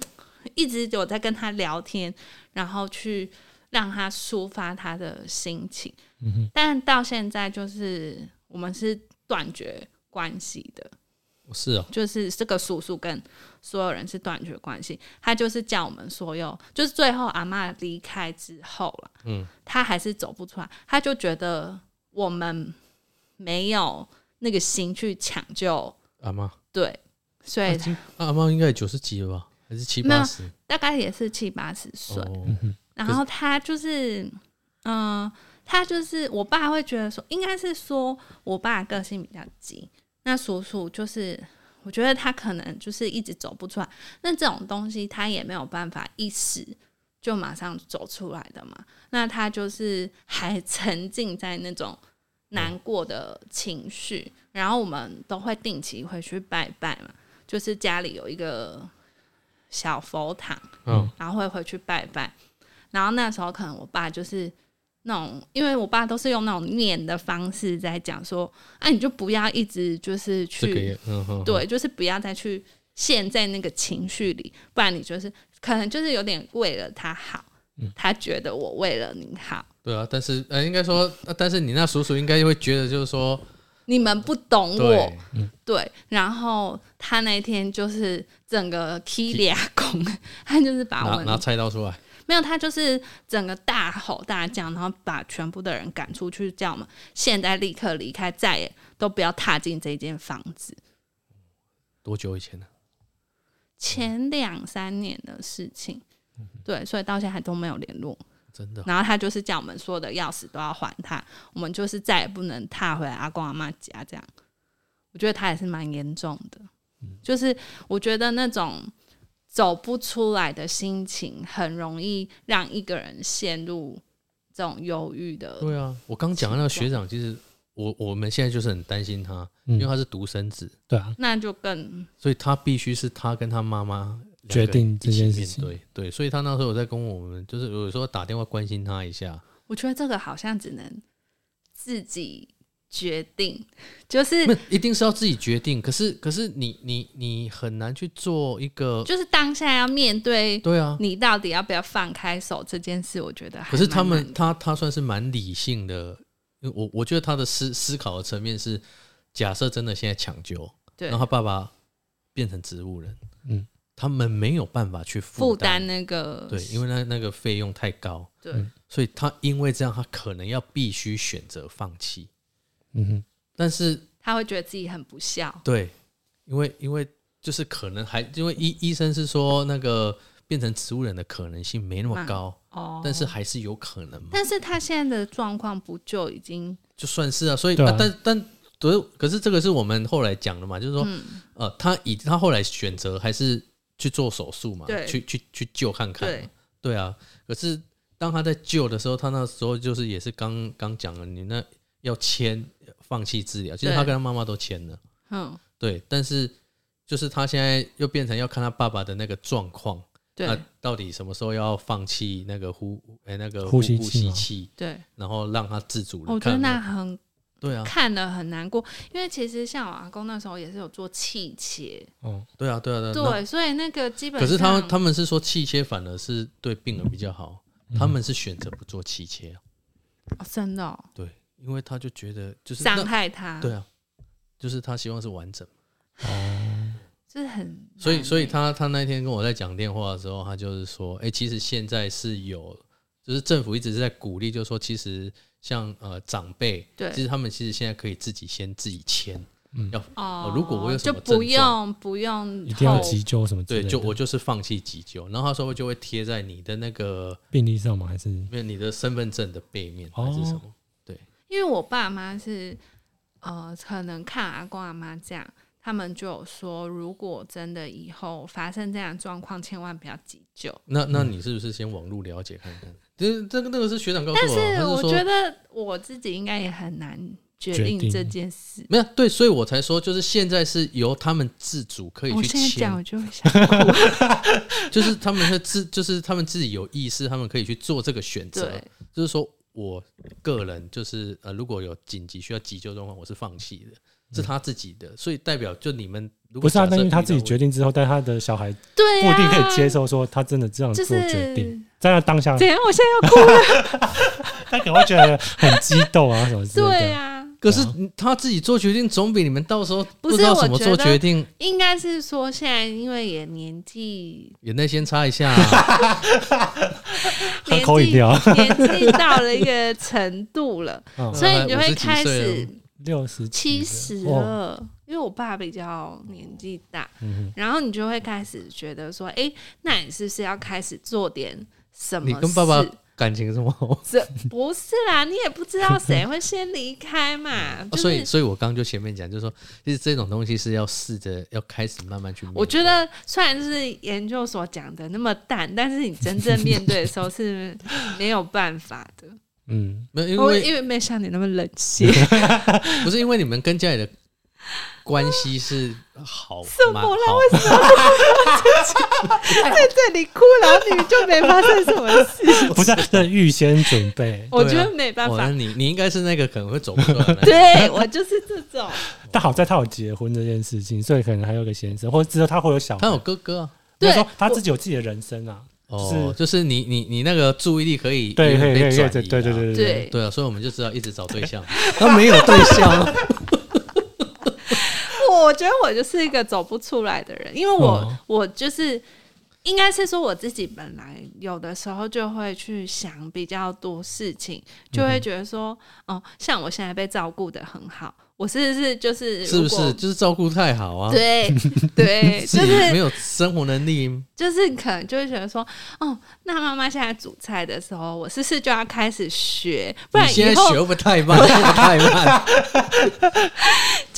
[SPEAKER 1] 一直有在跟他聊天，然后去让他抒发他的心情。但到现在就是我们是断绝关系的，
[SPEAKER 3] 是哦，
[SPEAKER 1] 就是这个叔叔跟所有人是断绝关系，他就是叫我们所有，就是最后阿嬷离开之后了，
[SPEAKER 3] 嗯，
[SPEAKER 1] 他还是走不出来，他就觉得我们没有那个心去抢救，
[SPEAKER 3] 阿妈，
[SPEAKER 1] 对，所
[SPEAKER 3] 啊
[SPEAKER 1] 以
[SPEAKER 3] 已经啊阿妈应该九十几了吧，还是七
[SPEAKER 1] 没有
[SPEAKER 3] 八十？
[SPEAKER 1] 大概也是七八十岁，
[SPEAKER 3] 哦，
[SPEAKER 2] 嗯
[SPEAKER 1] 然后他就是，嗯、他就是我爸会觉得说，应该是说我爸个性比较急，那叔叔就是，我觉得他可能就是一直走不出来。那这种东西他也没有办法一时就马上走出来的嘛。那他就是还沉浸在那种难过的情绪，然后我们都会定期会去拜拜嘛，就是家里有一个小佛堂。
[SPEAKER 3] 嗯，
[SPEAKER 1] 然后会回去拜拜。然后那时候可能我爸就是那种，因为我爸都是用那种念的方式在讲说，啊，你就不要一直就是
[SPEAKER 3] 这个
[SPEAKER 1] 去，
[SPEAKER 3] 也嗯哼，
[SPEAKER 1] 对，就是不要再去陷在那个情绪里，不然你就是可能就是有点为了他好，
[SPEAKER 3] 嗯
[SPEAKER 1] 他觉得我为了你好，
[SPEAKER 3] 对啊，但是呃，应该说，呃但是你那叔叔应该会觉得就是说，
[SPEAKER 1] 你们不懂
[SPEAKER 2] 嗯
[SPEAKER 1] 我
[SPEAKER 2] 哦
[SPEAKER 3] 对，，
[SPEAKER 1] 对，然后他那天就是整个 k 俩拱， <laughs> 他就是把我
[SPEAKER 3] 拿
[SPEAKER 2] 啊
[SPEAKER 1] 们
[SPEAKER 3] 拿菜刀出来，
[SPEAKER 1] 没有，他就是整个大吼大叫，然后把全部的人赶出去，叫我们现在立刻离开，再也都不要踏进这间房子。
[SPEAKER 3] 多久以前呢？啊
[SPEAKER 1] 前两三年的事情，对，所以到现在还都没有联络。
[SPEAKER 3] 真
[SPEAKER 2] 嗯
[SPEAKER 3] 的，
[SPEAKER 1] 然后他就是叫我们所有的钥匙都要还他，我们就是再也不能踏回阿公阿妈家这样。我觉得他也是蛮严重的，
[SPEAKER 3] 嗯
[SPEAKER 1] 就是我觉得那种走不出来的心情，很容易让一个人陷入这种忧郁的。
[SPEAKER 3] 对啊，我刚讲的那个学长，其实我我们现在就是很担心他，
[SPEAKER 2] 嗯
[SPEAKER 3] 因为他是独生子，
[SPEAKER 2] 对啊，
[SPEAKER 1] 那就更
[SPEAKER 3] 所以他必须是他跟他妈妈两个
[SPEAKER 2] 决定这件
[SPEAKER 3] 一起
[SPEAKER 2] 事
[SPEAKER 3] 面
[SPEAKER 2] 情
[SPEAKER 3] 对对，所以他那时候有在跟我们，就是有时候打电话关心他一下，
[SPEAKER 1] 我觉得这个好像只能自己决定，就是
[SPEAKER 3] 不一定是要自己决定，可是可是你你你很难去做一个，
[SPEAKER 1] 就是当下要面对
[SPEAKER 3] 对啊，
[SPEAKER 1] 你到底要不要放开手这件事，我觉得还
[SPEAKER 3] 可是他
[SPEAKER 1] 蛮
[SPEAKER 3] 们他他算是蛮理性的，因为我我觉得他的思思考的层面是，假设真的现在抢救，
[SPEAKER 1] 对
[SPEAKER 3] 然后他爸爸变成植物人，
[SPEAKER 2] 嗯，
[SPEAKER 3] 他们没有办法去
[SPEAKER 1] 负
[SPEAKER 3] 担
[SPEAKER 1] 担那个
[SPEAKER 3] 对，嗯因为那那个费用太高，
[SPEAKER 1] 对
[SPEAKER 3] 所以他因为这样，他可能要必须选择放弃。
[SPEAKER 2] 嗯哼，
[SPEAKER 3] 但是
[SPEAKER 1] 他会觉得自己很不孝，
[SPEAKER 3] 对，因为因为就是可能还因为医医生是说那个变成植物人的可能性没那么
[SPEAKER 1] 嗯
[SPEAKER 3] 高，
[SPEAKER 1] 哦
[SPEAKER 3] 但是还是有可能嘛。
[SPEAKER 1] 但是他现在的状况不就已经
[SPEAKER 3] 就算是啊，所以、
[SPEAKER 2] 对啊
[SPEAKER 3] 啊但但可是可是这个是我们后来讲的嘛，就是说、
[SPEAKER 1] 嗯
[SPEAKER 3] 呃，他以他后来选择还是去做手术嘛，
[SPEAKER 1] 对
[SPEAKER 3] 去去去救看看嘛，
[SPEAKER 1] 对
[SPEAKER 3] 对啊。可是当他在救的时候，他那时候就是也是刚刚讲了，你那要签放弃治疗，其实
[SPEAKER 1] 对
[SPEAKER 3] 他跟他妈妈都签了，
[SPEAKER 1] 嗯
[SPEAKER 3] 对，但是就是他现在又变成要看他爸爸的那个状况，
[SPEAKER 1] 对、
[SPEAKER 3] 那到底什么时候要放弃那个呼哎、那个
[SPEAKER 2] 呼吸
[SPEAKER 3] 呼
[SPEAKER 2] 器
[SPEAKER 3] 吸
[SPEAKER 2] 吗
[SPEAKER 3] 器，
[SPEAKER 1] 对，
[SPEAKER 3] 然后让他自主
[SPEAKER 1] 我
[SPEAKER 3] 了
[SPEAKER 1] 觉得
[SPEAKER 3] 看有没有，
[SPEAKER 1] 哦那很
[SPEAKER 3] 对啊，
[SPEAKER 1] 看了很难过，因为其实像我阿公那时候也是有做气切，
[SPEAKER 2] 哦，
[SPEAKER 3] 对啊，对啊，对啊。那
[SPEAKER 1] 对，所以那个基本
[SPEAKER 3] 可是他们
[SPEAKER 1] 上
[SPEAKER 3] 他们是说气切反而是对病人比较好，
[SPEAKER 2] 嗯
[SPEAKER 3] 他们是选择不做气切啊，
[SPEAKER 1] 哦真的哦
[SPEAKER 3] 对，因为他就觉得就是
[SPEAKER 1] 伤、
[SPEAKER 3] 那
[SPEAKER 1] 害他，
[SPEAKER 3] 对啊，就是他希望是完整，
[SPEAKER 1] 就是很
[SPEAKER 3] 所以
[SPEAKER 1] 难
[SPEAKER 3] 所以
[SPEAKER 1] 欸
[SPEAKER 3] 他他那天跟我在讲电话的时候，他就是说，哎、其实现在是有，就是政府一直是在鼓励，就是说其实像呃长辈，
[SPEAKER 1] 对
[SPEAKER 3] 其实他们其实现在可以自己先自己签，
[SPEAKER 1] 哦
[SPEAKER 3] 哦，如果我有什
[SPEAKER 1] 就
[SPEAKER 3] 么
[SPEAKER 1] 不
[SPEAKER 3] 症状
[SPEAKER 1] 用不用
[SPEAKER 2] 一定要
[SPEAKER 1] 后
[SPEAKER 2] 急救什么之类
[SPEAKER 3] 对，
[SPEAKER 2] 的，
[SPEAKER 3] 就我就是放弃急救，然后他说就会贴在你的那个，
[SPEAKER 2] 病历上嘛，还是
[SPEAKER 3] 没有你的身份证的背面还是什
[SPEAKER 2] 哦
[SPEAKER 3] 么。
[SPEAKER 1] 因为我爸妈是呃，可能看阿公阿妈这样，他们就有说，如果真的以后发生这样的状况，千万不要急救。
[SPEAKER 3] 那那
[SPEAKER 2] 嗯
[SPEAKER 3] 你是不是先网络了解看看？这这个那个是学长告诉
[SPEAKER 1] 但
[SPEAKER 3] 我，
[SPEAKER 1] 是
[SPEAKER 3] 他
[SPEAKER 1] 我
[SPEAKER 3] 是
[SPEAKER 1] 觉
[SPEAKER 3] 说
[SPEAKER 1] 得我自己应该也很难决
[SPEAKER 2] 决
[SPEAKER 1] 定
[SPEAKER 2] 定
[SPEAKER 1] 这件事。
[SPEAKER 3] 没有对，所以我才说就是现在是由他们自主可以
[SPEAKER 1] 我
[SPEAKER 3] 去
[SPEAKER 1] 现在讲，
[SPEAKER 3] 签
[SPEAKER 1] 我，就会想哭。
[SPEAKER 3] 就是他们会自就是他们自己有意识，他们可以去做这个选择
[SPEAKER 1] 对，
[SPEAKER 3] 就是说我个人就是呃，如果有紧急需要急救状况，我是放弃的，是他自己的，所以代表就你们如
[SPEAKER 2] 不
[SPEAKER 3] 果
[SPEAKER 2] 是啊？
[SPEAKER 3] 假设
[SPEAKER 2] 但是他
[SPEAKER 3] 遇到
[SPEAKER 2] 自己
[SPEAKER 3] 问
[SPEAKER 2] 决定之后，但他的小孩不
[SPEAKER 1] 对呀、
[SPEAKER 2] 一定可以接受，说他真的这样
[SPEAKER 1] 就
[SPEAKER 2] 做
[SPEAKER 1] 是
[SPEAKER 2] 决定，在那当下
[SPEAKER 1] 怎，样？我现在要哭了。
[SPEAKER 2] 他可能会觉得很激动啊什么之类
[SPEAKER 1] 对
[SPEAKER 2] 的。
[SPEAKER 1] 啊，
[SPEAKER 3] 可是他自己做决定，总比你们到时候
[SPEAKER 1] 不是
[SPEAKER 3] 知道
[SPEAKER 1] 我
[SPEAKER 3] 什么
[SPEAKER 1] 觉
[SPEAKER 3] 做
[SPEAKER 1] 得
[SPEAKER 3] 决定，
[SPEAKER 1] 应该是说现在因为也年纪
[SPEAKER 3] 眼泪先擦一下啊。
[SPEAKER 2] 喝
[SPEAKER 1] 年
[SPEAKER 2] 口饮
[SPEAKER 1] 纪
[SPEAKER 2] 料
[SPEAKER 1] 年纪到了一个程度了，<laughs>
[SPEAKER 2] 嗯
[SPEAKER 1] 所以你就会
[SPEAKER 3] 50几呃
[SPEAKER 1] 开
[SPEAKER 3] 岁
[SPEAKER 1] 始
[SPEAKER 3] 了
[SPEAKER 2] 六十
[SPEAKER 1] 七十
[SPEAKER 2] 哦，
[SPEAKER 1] 了，因为我爸比较年纪大，
[SPEAKER 2] 嗯
[SPEAKER 1] 然后你就会开始觉得说，诶，那你是不是要开始做点什么
[SPEAKER 3] 你
[SPEAKER 1] 事？
[SPEAKER 3] 跟爸爸感情这么好，
[SPEAKER 1] 这不是啦，你也不知道谁会先离开嘛，
[SPEAKER 3] <laughs> 哦
[SPEAKER 1] 就是、
[SPEAKER 3] 所以，所以我刚刚就前面讲，就是说，其实这种东西是要试着要开始慢慢去面对。
[SPEAKER 1] 我觉得虽然是研究所讲的那么淡，但是你真正面对的时候是
[SPEAKER 3] <laughs>
[SPEAKER 1] 没有办法的。
[SPEAKER 2] 嗯，
[SPEAKER 3] 没有，因
[SPEAKER 1] 我
[SPEAKER 3] 为
[SPEAKER 1] 因为没像你那么冷
[SPEAKER 3] <laughs>
[SPEAKER 1] 血，
[SPEAKER 3] 不是因为你们跟家里的关系是好，
[SPEAKER 1] 什么
[SPEAKER 3] 蛮
[SPEAKER 1] 啦
[SPEAKER 3] 好
[SPEAKER 1] 为什么 <laughs> 在这里哭，然后你就没发生什么事？。
[SPEAKER 2] 不是啊，这预先准备
[SPEAKER 1] <laughs> 啊我觉得没办
[SPEAKER 3] 哦
[SPEAKER 1] 法
[SPEAKER 3] 那，你你应该是那个可能会走不出来的那个。
[SPEAKER 1] <laughs> 对我就是这 <laughs> 种，
[SPEAKER 2] 但好在他有结婚这件事情，所以可能还有个先生，或者之后他会有小
[SPEAKER 3] 他有
[SPEAKER 2] 孩。
[SPEAKER 3] 哥哥啊，
[SPEAKER 2] 或者说
[SPEAKER 1] 对
[SPEAKER 2] 他自己有自己的人生啊，
[SPEAKER 3] 哦，就是你你你那个注意力可以
[SPEAKER 2] 对，
[SPEAKER 3] 因
[SPEAKER 2] 可
[SPEAKER 3] 为
[SPEAKER 2] 以，可
[SPEAKER 3] 被
[SPEAKER 2] 以，
[SPEAKER 3] 转移
[SPEAKER 2] 可以
[SPEAKER 3] 啊
[SPEAKER 2] 对，对，对，对，对。
[SPEAKER 1] 对，
[SPEAKER 3] 对啊，所以我们就知道一直找对
[SPEAKER 2] <laughs>
[SPEAKER 3] 象，他没有对
[SPEAKER 2] 啊
[SPEAKER 1] <laughs>
[SPEAKER 3] 象，
[SPEAKER 1] 我我觉得我就是一个走不出来的人，因为我、
[SPEAKER 2] 哦
[SPEAKER 1] 嗯我就是应该是说我自己本来有的时候就会去嗯想比较多事情，就会觉得说，哦、像我现在被照顾的很好，我是是就是
[SPEAKER 3] 是不
[SPEAKER 1] 如果
[SPEAKER 3] 是？就是照顾太好
[SPEAKER 1] <laughs>
[SPEAKER 3] 啊，
[SPEAKER 1] 对对，
[SPEAKER 3] 自
[SPEAKER 1] 就
[SPEAKER 3] 己没
[SPEAKER 1] 是
[SPEAKER 3] 有生活能力，
[SPEAKER 1] 就是可能就会觉得说，哦，那妈妈现在煮菜的时候，我是不是就要开始学？不然
[SPEAKER 3] 你现在
[SPEAKER 1] 以后
[SPEAKER 3] 学不太
[SPEAKER 1] <laughs>
[SPEAKER 3] 慢，学不太慢，
[SPEAKER 1] 就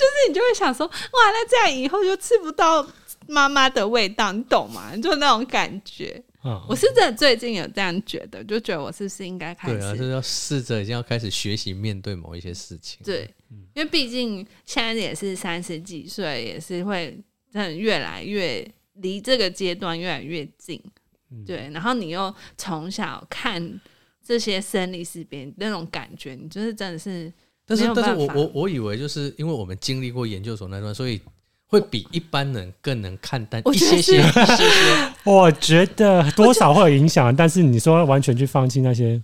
[SPEAKER 1] 是你就会想说，哇，那这样以后就吃不到妈妈的味道，你懂吗？就那种感觉。
[SPEAKER 3] 嗯
[SPEAKER 2] 啊
[SPEAKER 1] 我，是真的最近有这样觉得，就觉得我是不是应该开
[SPEAKER 3] 对啊，就
[SPEAKER 1] 始
[SPEAKER 3] 是要试着已经要开始学习面对某一些事情。
[SPEAKER 1] 对，因为毕竟现在也是三十几岁，也是会真的越来越离这个阶段越来越近。
[SPEAKER 3] 嗯
[SPEAKER 1] 对，然后你又从小看这些生离死别那种感觉，你就是真的是
[SPEAKER 3] 但
[SPEAKER 1] 没
[SPEAKER 3] 是
[SPEAKER 1] 有
[SPEAKER 3] 但是
[SPEAKER 1] 办
[SPEAKER 3] 我
[SPEAKER 1] 法
[SPEAKER 3] 我我以为就是因为我们经历过研究所那段，所以会比一般人更能看淡
[SPEAKER 1] 我
[SPEAKER 3] 一
[SPEAKER 1] 觉
[SPEAKER 3] 些
[SPEAKER 1] 得
[SPEAKER 3] 些
[SPEAKER 1] 是
[SPEAKER 3] 一些些。
[SPEAKER 2] 我觉得多少会有影响，但是你说完全去放弃那些，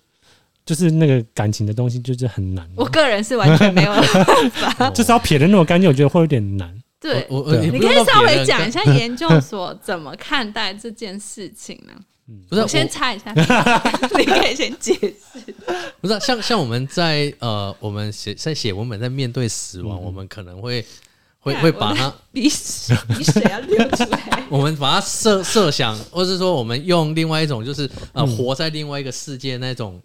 [SPEAKER 2] 就是那个感情的东西，就是很难
[SPEAKER 1] 我个人是完全没有
[SPEAKER 3] <laughs>
[SPEAKER 1] 办法。
[SPEAKER 2] 啊，就是要撇的那么干净，我觉得会有点难。
[SPEAKER 1] 对，
[SPEAKER 3] 我我
[SPEAKER 2] 对
[SPEAKER 3] 也
[SPEAKER 1] 你
[SPEAKER 3] 不
[SPEAKER 1] 可
[SPEAKER 3] 用
[SPEAKER 1] 以
[SPEAKER 3] 到
[SPEAKER 1] 稍
[SPEAKER 3] 别
[SPEAKER 1] 微
[SPEAKER 3] 人
[SPEAKER 1] 讲
[SPEAKER 3] 看
[SPEAKER 1] 一下研究所怎么看待这件事情呢？
[SPEAKER 3] <laughs> 不是
[SPEAKER 1] 我先猜一下， <laughs> 你可以先解释。
[SPEAKER 3] 不是啊、像像我们在呃，我们写在写文本，在面对死亡，我们可能会会
[SPEAKER 1] 对啊
[SPEAKER 3] 会
[SPEAKER 1] 我
[SPEAKER 3] 把它，
[SPEAKER 1] 鼻屎鼻水要流出来。
[SPEAKER 3] 我们把它设设想，或是说我们用另外一种就是呃，活在另外一个世界那种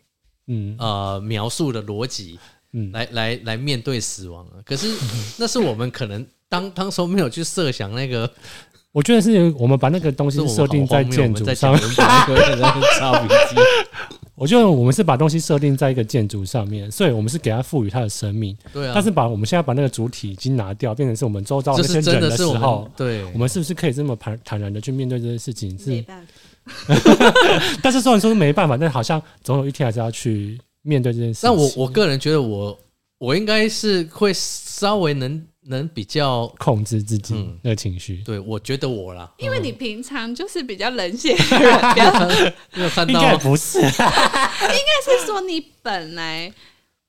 [SPEAKER 2] 嗯
[SPEAKER 3] 呃描述的逻辑
[SPEAKER 2] 嗯，
[SPEAKER 3] 来来来面对死亡啊。可是那是我们可能当当时候没有去设想那个，
[SPEAKER 2] 我觉得是我们把那个东西
[SPEAKER 3] 是我
[SPEAKER 2] 是
[SPEAKER 3] 们
[SPEAKER 2] 设定
[SPEAKER 3] 好荒
[SPEAKER 2] 在
[SPEAKER 3] 谬
[SPEAKER 2] 建
[SPEAKER 3] 我
[SPEAKER 2] 筑
[SPEAKER 3] 们在讲
[SPEAKER 2] 上，
[SPEAKER 3] 文本 <laughs> 那个人差笔记。
[SPEAKER 2] 我觉得我们是把东西设定在一个建筑上面，所以我们是给它赋予它的生命。
[SPEAKER 3] <laughs> 对啊，
[SPEAKER 2] 但是把我们现在把那个主体已经拿掉，变成是我们周遭
[SPEAKER 3] 这
[SPEAKER 2] 那些
[SPEAKER 3] 是真
[SPEAKER 2] 人
[SPEAKER 3] 的是
[SPEAKER 2] 时
[SPEAKER 3] 我
[SPEAKER 2] 候
[SPEAKER 3] 们，对
[SPEAKER 2] 我们是不是可以这么坦坦然的去面对这些事情？
[SPEAKER 1] <laughs> 没
[SPEAKER 2] 是，
[SPEAKER 1] 办法，
[SPEAKER 2] 但是虽然说没办法，但好像总有一天还是要去面对这件事情。
[SPEAKER 3] 但我我个人觉得我我应该是会稍微能能比较，
[SPEAKER 2] 控制自己
[SPEAKER 3] 嗯
[SPEAKER 2] 那个情绪，
[SPEAKER 3] 对我觉得我 <laughs> 啦，
[SPEAKER 1] 因为你平常就是比较冷血的人，不要
[SPEAKER 3] 没有看
[SPEAKER 2] 应
[SPEAKER 3] 到
[SPEAKER 2] 该
[SPEAKER 3] 啊
[SPEAKER 2] 不
[SPEAKER 3] <laughs>
[SPEAKER 2] 是。
[SPEAKER 1] 是说你本来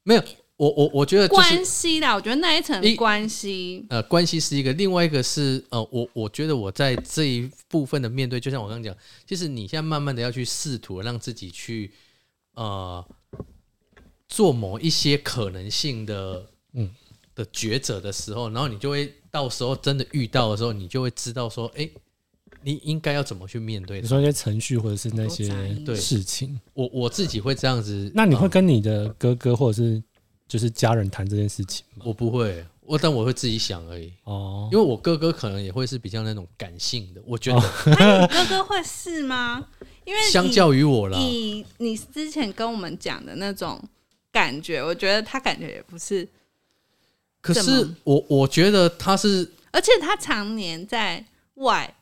[SPEAKER 3] 没有？我我我觉得就是
[SPEAKER 1] 关系啦，我觉得那一层
[SPEAKER 3] 一
[SPEAKER 1] 关
[SPEAKER 3] <laughs>
[SPEAKER 1] 系，
[SPEAKER 3] 呃，关系是一个，另外一个是呃，我我觉得我在这一部分的面对，就像我刚刚讲，其实你现在慢慢的要去试图让自己去呃做某一些可能性的嗯
[SPEAKER 2] 嗯
[SPEAKER 3] 的抉择的时候，然后你就会到时候真的遇到的时候，你就会知道说，哎、你应该要怎么去面对
[SPEAKER 2] 你
[SPEAKER 3] 它。
[SPEAKER 2] 说一些程序或者是那些
[SPEAKER 1] 多杂音
[SPEAKER 3] 对
[SPEAKER 2] 事情，
[SPEAKER 3] 我我自己会这样子，
[SPEAKER 2] 那你会
[SPEAKER 3] 嗯
[SPEAKER 2] 跟你的哥哥或者是就是家人谈这件事情吗？
[SPEAKER 3] 我不会，我但我会自己想而已。
[SPEAKER 2] 哦
[SPEAKER 3] 因，为我哥哥可能也会是比较那种感性的，我觉得
[SPEAKER 1] 那你哥哥会是吗？因为以
[SPEAKER 3] 相较于我啦，
[SPEAKER 1] 以你之前跟我们讲的那种感觉，我觉得他感觉也不是，
[SPEAKER 3] 可
[SPEAKER 1] 怎
[SPEAKER 3] 是
[SPEAKER 1] 么
[SPEAKER 3] 我我觉得他是，
[SPEAKER 1] 而且他常年在外，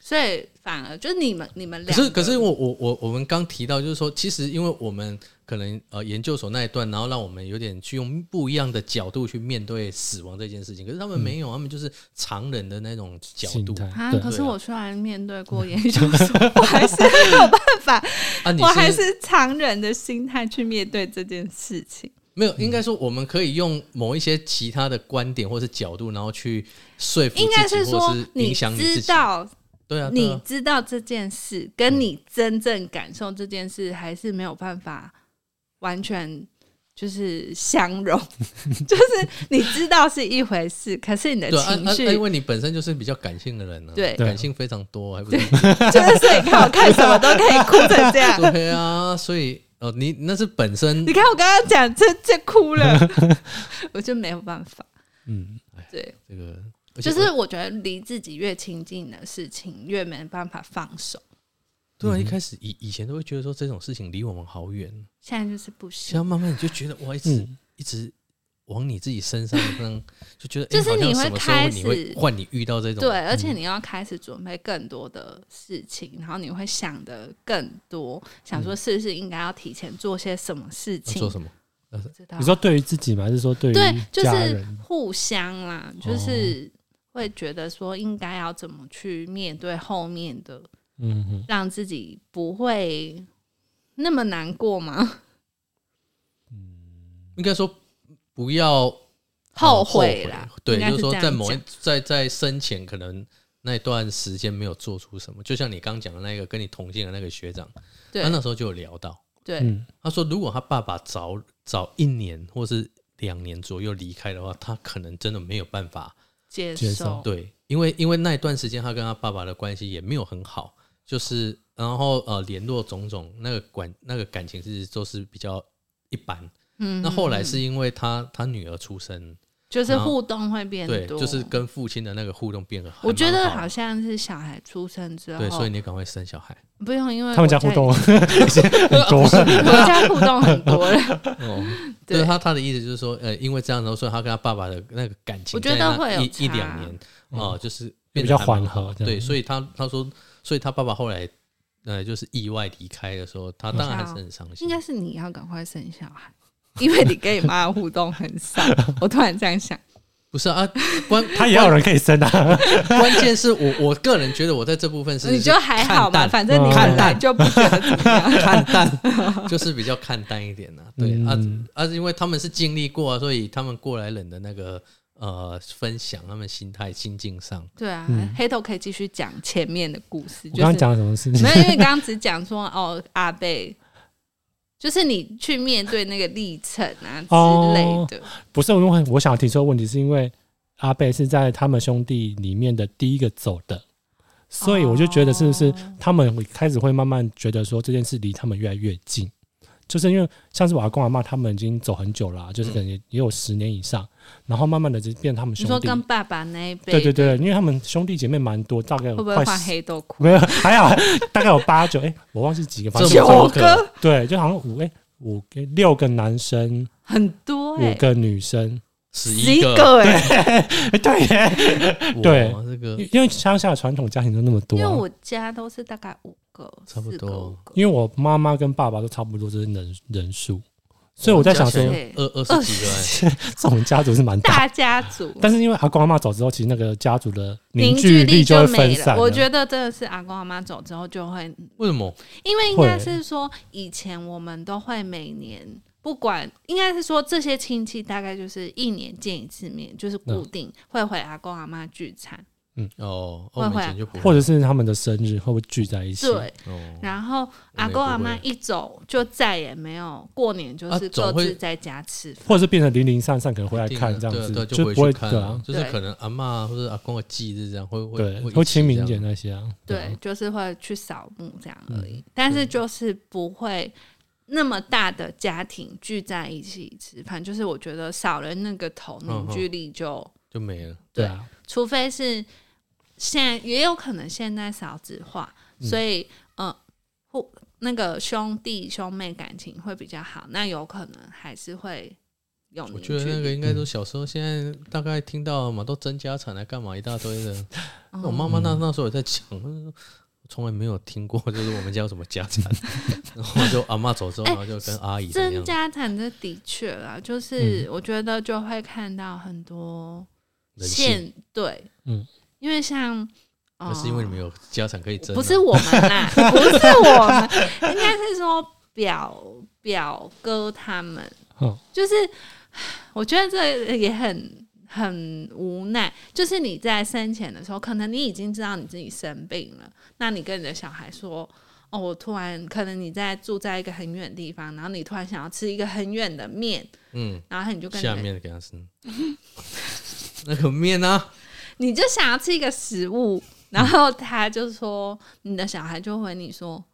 [SPEAKER 1] 所以反而就是你们你们
[SPEAKER 3] 可
[SPEAKER 1] 两
[SPEAKER 3] 是
[SPEAKER 1] 个，
[SPEAKER 3] 可是我我我我们刚提到就是说，其实因为我们可能呃研究所那一段，然后让我们有点去用不一样的角度去面对死亡这件事情，可是他们没有，他们就是常人的那种角
[SPEAKER 2] 心
[SPEAKER 3] 度
[SPEAKER 2] 态
[SPEAKER 1] 啊！
[SPEAKER 2] 对
[SPEAKER 1] 可嗯是我虽然面对过研究
[SPEAKER 3] <laughs>
[SPEAKER 1] 所，我还是没有办法，
[SPEAKER 3] 啊，你
[SPEAKER 1] 我还是常人的心态去面对这件事
[SPEAKER 3] <laughs>
[SPEAKER 1] 情。
[SPEAKER 3] 没有，应该说我们可以用某一些其他的观点或是角度，然后去说服
[SPEAKER 1] 应该
[SPEAKER 3] 自己，或
[SPEAKER 1] 说
[SPEAKER 3] 者是，影
[SPEAKER 1] 你
[SPEAKER 3] 响自
[SPEAKER 1] 知
[SPEAKER 3] 己。
[SPEAKER 1] 道
[SPEAKER 3] 对啊，对
[SPEAKER 1] 你
[SPEAKER 3] 啊，
[SPEAKER 1] 知道这件事，跟你真正感受这件事，还是没有办法完全就是相融。 <laughs> 就是你知道是一回事，可是你的
[SPEAKER 3] 对啊，
[SPEAKER 1] 情
[SPEAKER 3] 啊啊
[SPEAKER 1] 绪
[SPEAKER 3] 因为你本身就是比较感性的人啊，
[SPEAKER 1] 对
[SPEAKER 3] 感性非常多，还不是
[SPEAKER 1] 就是所以你看我看什么都可以哭成这 <laughs> 样。
[SPEAKER 3] 对啊，所以哦，你那是本
[SPEAKER 1] <laughs>
[SPEAKER 3] 身
[SPEAKER 1] 你看我刚刚讲这这哭了， <laughs> 我就没有办法。
[SPEAKER 2] 嗯，
[SPEAKER 1] 对，
[SPEAKER 3] 这个，而且
[SPEAKER 1] 就
[SPEAKER 3] 呃
[SPEAKER 1] 是我觉得离自己越亲近的事情，越没办法放手。
[SPEAKER 3] 对啊，一开始以以前都会觉得说这种事情离我们好远，
[SPEAKER 1] 现在就是不
[SPEAKER 3] 现
[SPEAKER 1] 行
[SPEAKER 3] 在，慢慢你就觉得哇，一直、
[SPEAKER 2] 嗯
[SPEAKER 3] 一直往你自己身上这样，就觉得
[SPEAKER 1] 就
[SPEAKER 3] 诶
[SPEAKER 1] 是
[SPEAKER 3] 好像
[SPEAKER 1] 你会
[SPEAKER 3] 什么时
[SPEAKER 1] 开
[SPEAKER 3] 候
[SPEAKER 1] 始
[SPEAKER 3] 你会换你遇到这种呃嗯
[SPEAKER 1] 对，而且你要开始准备更多的事情，然后你会想的更多，想说是不是应该要提前做些什么事
[SPEAKER 3] 嗯要
[SPEAKER 1] 情？
[SPEAKER 3] 做什么，
[SPEAKER 1] 不知道
[SPEAKER 2] 你说对于自己吗？还是说对于
[SPEAKER 1] 啊对，就
[SPEAKER 2] 家
[SPEAKER 1] 是
[SPEAKER 2] 人？
[SPEAKER 1] 互相啦，就是
[SPEAKER 3] 哦
[SPEAKER 1] 会觉得说应该要怎么去面对后面的，
[SPEAKER 2] 嗯哼，
[SPEAKER 1] 让自己不会那么难过吗？
[SPEAKER 3] 应该说不要呃
[SPEAKER 1] <laughs> 后
[SPEAKER 3] 哦悔
[SPEAKER 1] 悔啦，
[SPEAKER 3] 对，
[SPEAKER 1] 应该
[SPEAKER 3] 就
[SPEAKER 1] 是
[SPEAKER 3] 是说
[SPEAKER 1] 这
[SPEAKER 3] 在
[SPEAKER 1] 样
[SPEAKER 3] 某一
[SPEAKER 1] 讲
[SPEAKER 3] 在在生前可能那段时间没有做出什么，就像你刚讲的那个跟你同姓的那个学长，
[SPEAKER 1] 对
[SPEAKER 3] 他那时候就有聊到，
[SPEAKER 1] 对，
[SPEAKER 2] 嗯
[SPEAKER 3] 他说如果他爸爸早早一年或是两年左右离开的话，他可能真的没有办法。
[SPEAKER 1] 接
[SPEAKER 2] 接
[SPEAKER 1] 受
[SPEAKER 2] 受
[SPEAKER 3] 对，因为因为那一段时间他跟他爸爸的关系也没有很好，就是然后呃联络种种那个管那个感情是都是比较一般。
[SPEAKER 1] 嗯，
[SPEAKER 3] 那后来是因为他他女儿出生，
[SPEAKER 1] 就是
[SPEAKER 3] 然后
[SPEAKER 1] 互动会变
[SPEAKER 3] 对，
[SPEAKER 1] 多，
[SPEAKER 3] 就是跟父亲的那个互动变得很
[SPEAKER 1] 我觉得
[SPEAKER 3] 蛮好
[SPEAKER 1] 好像哦是小孩出生之后，
[SPEAKER 3] 对，所以你赶快生小孩。
[SPEAKER 1] 不用，因为
[SPEAKER 2] 他们家
[SPEAKER 1] 呃我
[SPEAKER 2] 互动 <laughs> 很
[SPEAKER 1] <laughs>
[SPEAKER 2] 多，
[SPEAKER 1] 我家互动很
[SPEAKER 2] <laughs>
[SPEAKER 1] 多了，
[SPEAKER 3] 哦，
[SPEAKER 1] 对
[SPEAKER 3] 就是他他的意思就是说，呃，因为这样子，所以他跟他爸爸的那个感情
[SPEAKER 1] 我觉
[SPEAKER 3] 在
[SPEAKER 1] 得
[SPEAKER 3] 那
[SPEAKER 1] 会有
[SPEAKER 3] 一一
[SPEAKER 1] 差
[SPEAKER 3] 两年哦、就是
[SPEAKER 2] 嗯比
[SPEAKER 3] 变得
[SPEAKER 2] 较
[SPEAKER 3] 还蛮
[SPEAKER 2] 缓
[SPEAKER 3] 好
[SPEAKER 2] 和这样
[SPEAKER 3] 对，所以他他说，所以他爸爸后来呃就是意外离开的时候，他当然还是很伤
[SPEAKER 1] 应
[SPEAKER 3] 心。
[SPEAKER 1] 该是你要赶快生小孩，因为你跟你妈互动很少。我突然这样想，
[SPEAKER 3] 不是啊，关
[SPEAKER 2] 他也有人可以生啊。
[SPEAKER 3] 关键是我我个人觉得我在这部分是
[SPEAKER 1] 你就还好嘛，
[SPEAKER 3] 看淡
[SPEAKER 1] 反正你
[SPEAKER 2] 嗯看
[SPEAKER 1] 本来
[SPEAKER 3] 淡
[SPEAKER 1] 就不觉得怎么样。
[SPEAKER 3] <laughs> 看淡，就是比较看淡一点呐、对、
[SPEAKER 2] 嗯
[SPEAKER 3] 啊啊，因为他们是经历过啊，所以他们过来人的那个呃分享，他们心态心境上。
[SPEAKER 1] 对啊，黑豆可以继续讲前面的故事，
[SPEAKER 2] 嗯我
[SPEAKER 1] 就
[SPEAKER 2] 刚刚
[SPEAKER 1] 是
[SPEAKER 2] 讲了什么事情 <laughs>
[SPEAKER 1] 没？有，因为刚刚只讲说哦，阿贝。就是你去面对那个历程啊
[SPEAKER 2] 哦
[SPEAKER 1] 之类的，
[SPEAKER 2] 不是，因为我想提出的问题是因为阿贝是在他们兄弟里面的第一个走的，所以我就觉得是不是
[SPEAKER 1] 哦
[SPEAKER 2] 他们会开始会慢慢觉得说这件事离他们越来越近，就是因为像是我阿公阿妈他们已经走很久
[SPEAKER 1] 嗯
[SPEAKER 2] 了啊、就是可能也也有十年以上，然后慢慢的就变他们
[SPEAKER 1] 你
[SPEAKER 2] 兄
[SPEAKER 1] 说
[SPEAKER 2] 弟。
[SPEAKER 1] 跟爸爸那一辈，
[SPEAKER 2] 对对对，因为他们兄弟姐妹蛮多，大概有
[SPEAKER 1] 会不会
[SPEAKER 2] 快
[SPEAKER 1] 换
[SPEAKER 2] 十
[SPEAKER 1] 黑豆裤？
[SPEAKER 2] 没有， <laughs> 还好，大概有八九，哎、我忘记几个，反正
[SPEAKER 3] 这么多
[SPEAKER 1] 九个
[SPEAKER 2] 对，就好像五哎、五个六个男生，
[SPEAKER 1] 很多哎、
[SPEAKER 2] 五个女生，
[SPEAKER 3] 十
[SPEAKER 1] 十一
[SPEAKER 3] 一个，
[SPEAKER 1] 个哎、
[SPEAKER 2] 哎、对耶，
[SPEAKER 3] 哇
[SPEAKER 2] 对
[SPEAKER 3] 这个
[SPEAKER 2] 因为乡下的传统家庭就那么多
[SPEAKER 1] 因
[SPEAKER 3] <laughs>
[SPEAKER 2] 啊、
[SPEAKER 1] 为我家都是大概五个，
[SPEAKER 3] 差不
[SPEAKER 1] 四个
[SPEAKER 3] 多
[SPEAKER 1] 五个
[SPEAKER 2] 因为我妈妈跟爸爸都差不多，就是人人数，所以我在想说
[SPEAKER 1] 哇，对
[SPEAKER 3] 二二十几个、欸，
[SPEAKER 2] <laughs> 这种家族是蛮大。
[SPEAKER 1] 大家族，
[SPEAKER 2] 但是因为阿公阿妈走之后，其实那个家族的
[SPEAKER 1] 凝
[SPEAKER 2] 聚
[SPEAKER 1] 力
[SPEAKER 2] 就会分
[SPEAKER 1] 没了
[SPEAKER 2] 散。。
[SPEAKER 1] 我觉得真的是阿公阿妈走之后就会，
[SPEAKER 3] 哎为什么？
[SPEAKER 1] 因为应该是说以前我们都会每年。不管应该是说这些亲戚大概就是一年见一次面，就是固定、
[SPEAKER 3] 嗯
[SPEAKER 1] 会回阿公阿妈聚餐。
[SPEAKER 3] 哦，
[SPEAKER 1] 会
[SPEAKER 3] 我们
[SPEAKER 1] 会
[SPEAKER 3] 以前就不
[SPEAKER 2] 或
[SPEAKER 3] 会
[SPEAKER 2] 者是他们的生日会不会聚在一起？
[SPEAKER 1] 对，
[SPEAKER 3] 哦，
[SPEAKER 1] 然后
[SPEAKER 3] 我
[SPEAKER 1] 阿
[SPEAKER 3] 们也
[SPEAKER 1] 公阿
[SPEAKER 3] 不会
[SPEAKER 1] 妈一走就再也没有过年，就
[SPEAKER 3] 啊
[SPEAKER 1] 是
[SPEAKER 3] 总
[SPEAKER 1] 各
[SPEAKER 3] 会
[SPEAKER 1] 自在家吃饭。
[SPEAKER 2] 或者是变成零零散散，可能回来
[SPEAKER 3] 定
[SPEAKER 2] 看
[SPEAKER 3] 的
[SPEAKER 2] 这样
[SPEAKER 3] 对啊
[SPEAKER 2] 子，
[SPEAKER 3] 对啊
[SPEAKER 2] 就
[SPEAKER 3] 就回
[SPEAKER 2] 不会
[SPEAKER 3] 去
[SPEAKER 2] 对
[SPEAKER 3] 看
[SPEAKER 2] 啊
[SPEAKER 3] 啊，，就是
[SPEAKER 1] 对
[SPEAKER 3] 可能阿嬷或者阿公的忌日这样，会会
[SPEAKER 2] 对，
[SPEAKER 3] 会
[SPEAKER 2] 或
[SPEAKER 3] 一起
[SPEAKER 2] 清明
[SPEAKER 3] 这
[SPEAKER 2] 节
[SPEAKER 3] 样
[SPEAKER 2] 那些啊，啊
[SPEAKER 3] 嗯
[SPEAKER 1] 对，就是会去扫墓这样而已，但是就是不会那么大的家庭聚在一起吃饭，就是我觉得少了那个头
[SPEAKER 3] 嗯
[SPEAKER 1] 凝聚力就，
[SPEAKER 3] 就没了。
[SPEAKER 2] 对啊，
[SPEAKER 1] 除非是现在也有可能现在少子化，
[SPEAKER 3] 嗯
[SPEAKER 1] 所以呃，互那个兄弟兄妹感情会比较好，那有可能还是会有
[SPEAKER 3] 我
[SPEAKER 1] 凝
[SPEAKER 3] 觉得
[SPEAKER 1] 聚
[SPEAKER 3] 那
[SPEAKER 1] 力。
[SPEAKER 3] 个应该都小时候，现在大概听到嘛，都争家产来啊干嘛一大
[SPEAKER 1] <laughs>
[SPEAKER 3] 堆的。
[SPEAKER 1] 哦
[SPEAKER 3] 那我妈妈那那时候也在讲，从来没有听过，就是我们家有什么家
[SPEAKER 1] <laughs>
[SPEAKER 3] 产，然后就阿嬷走之后，
[SPEAKER 1] 哎
[SPEAKER 3] 然后就跟阿姨这
[SPEAKER 1] 增
[SPEAKER 3] 样。
[SPEAKER 1] 加产这的确啦，
[SPEAKER 3] 嗯
[SPEAKER 1] 就是我觉得就会看到很多。
[SPEAKER 3] 人性，
[SPEAKER 1] 现对，
[SPEAKER 2] 嗯，
[SPEAKER 1] 因为像，呃
[SPEAKER 3] 那是因为你们有家产可以争
[SPEAKER 1] 哦
[SPEAKER 3] 啊，
[SPEAKER 1] 不是我们
[SPEAKER 3] <laughs>
[SPEAKER 1] 啦，不是我们，应该是说表表哥他们，
[SPEAKER 2] 嗯
[SPEAKER 1] 就是 <sighs> 我觉得这也很很无奈，就是你在生前的时候，可能你已经知道你自己生病了，那你跟你的小孩说。哦，我突然可能你在住在一个很远的地方，然后你突然想要吃一个很远的面，
[SPEAKER 3] 嗯，
[SPEAKER 1] 然后你就跟你
[SPEAKER 3] 下
[SPEAKER 1] 的
[SPEAKER 3] 面给他吃 <laughs> 那个面啊，
[SPEAKER 1] 你就想要吃一个食物，然后他就说，你的小孩就回你说，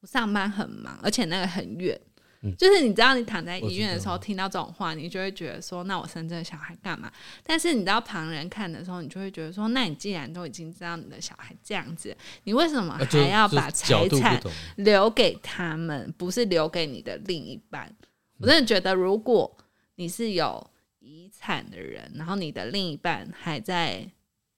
[SPEAKER 1] 我上班很忙，而且那个很远。
[SPEAKER 2] 嗯
[SPEAKER 1] 就是你知道，你躺在医院
[SPEAKER 3] 我
[SPEAKER 1] 的
[SPEAKER 3] 知道
[SPEAKER 1] 时候听到这种话，你就会觉得说，那我生这个小孩干嘛？但是你知道旁人看的时候，你就会觉得说，那你既然都已经知道你的小孩这样子，你为什么
[SPEAKER 3] 啊
[SPEAKER 1] 还
[SPEAKER 3] 就
[SPEAKER 1] 要
[SPEAKER 3] 就
[SPEAKER 1] 把
[SPEAKER 3] 角
[SPEAKER 1] 财
[SPEAKER 3] 度
[SPEAKER 1] 产
[SPEAKER 3] 不同，
[SPEAKER 1] 留给他们，不是留给你的另一半。我真的觉得，如果你是有遗产的人，然后你的另一半还在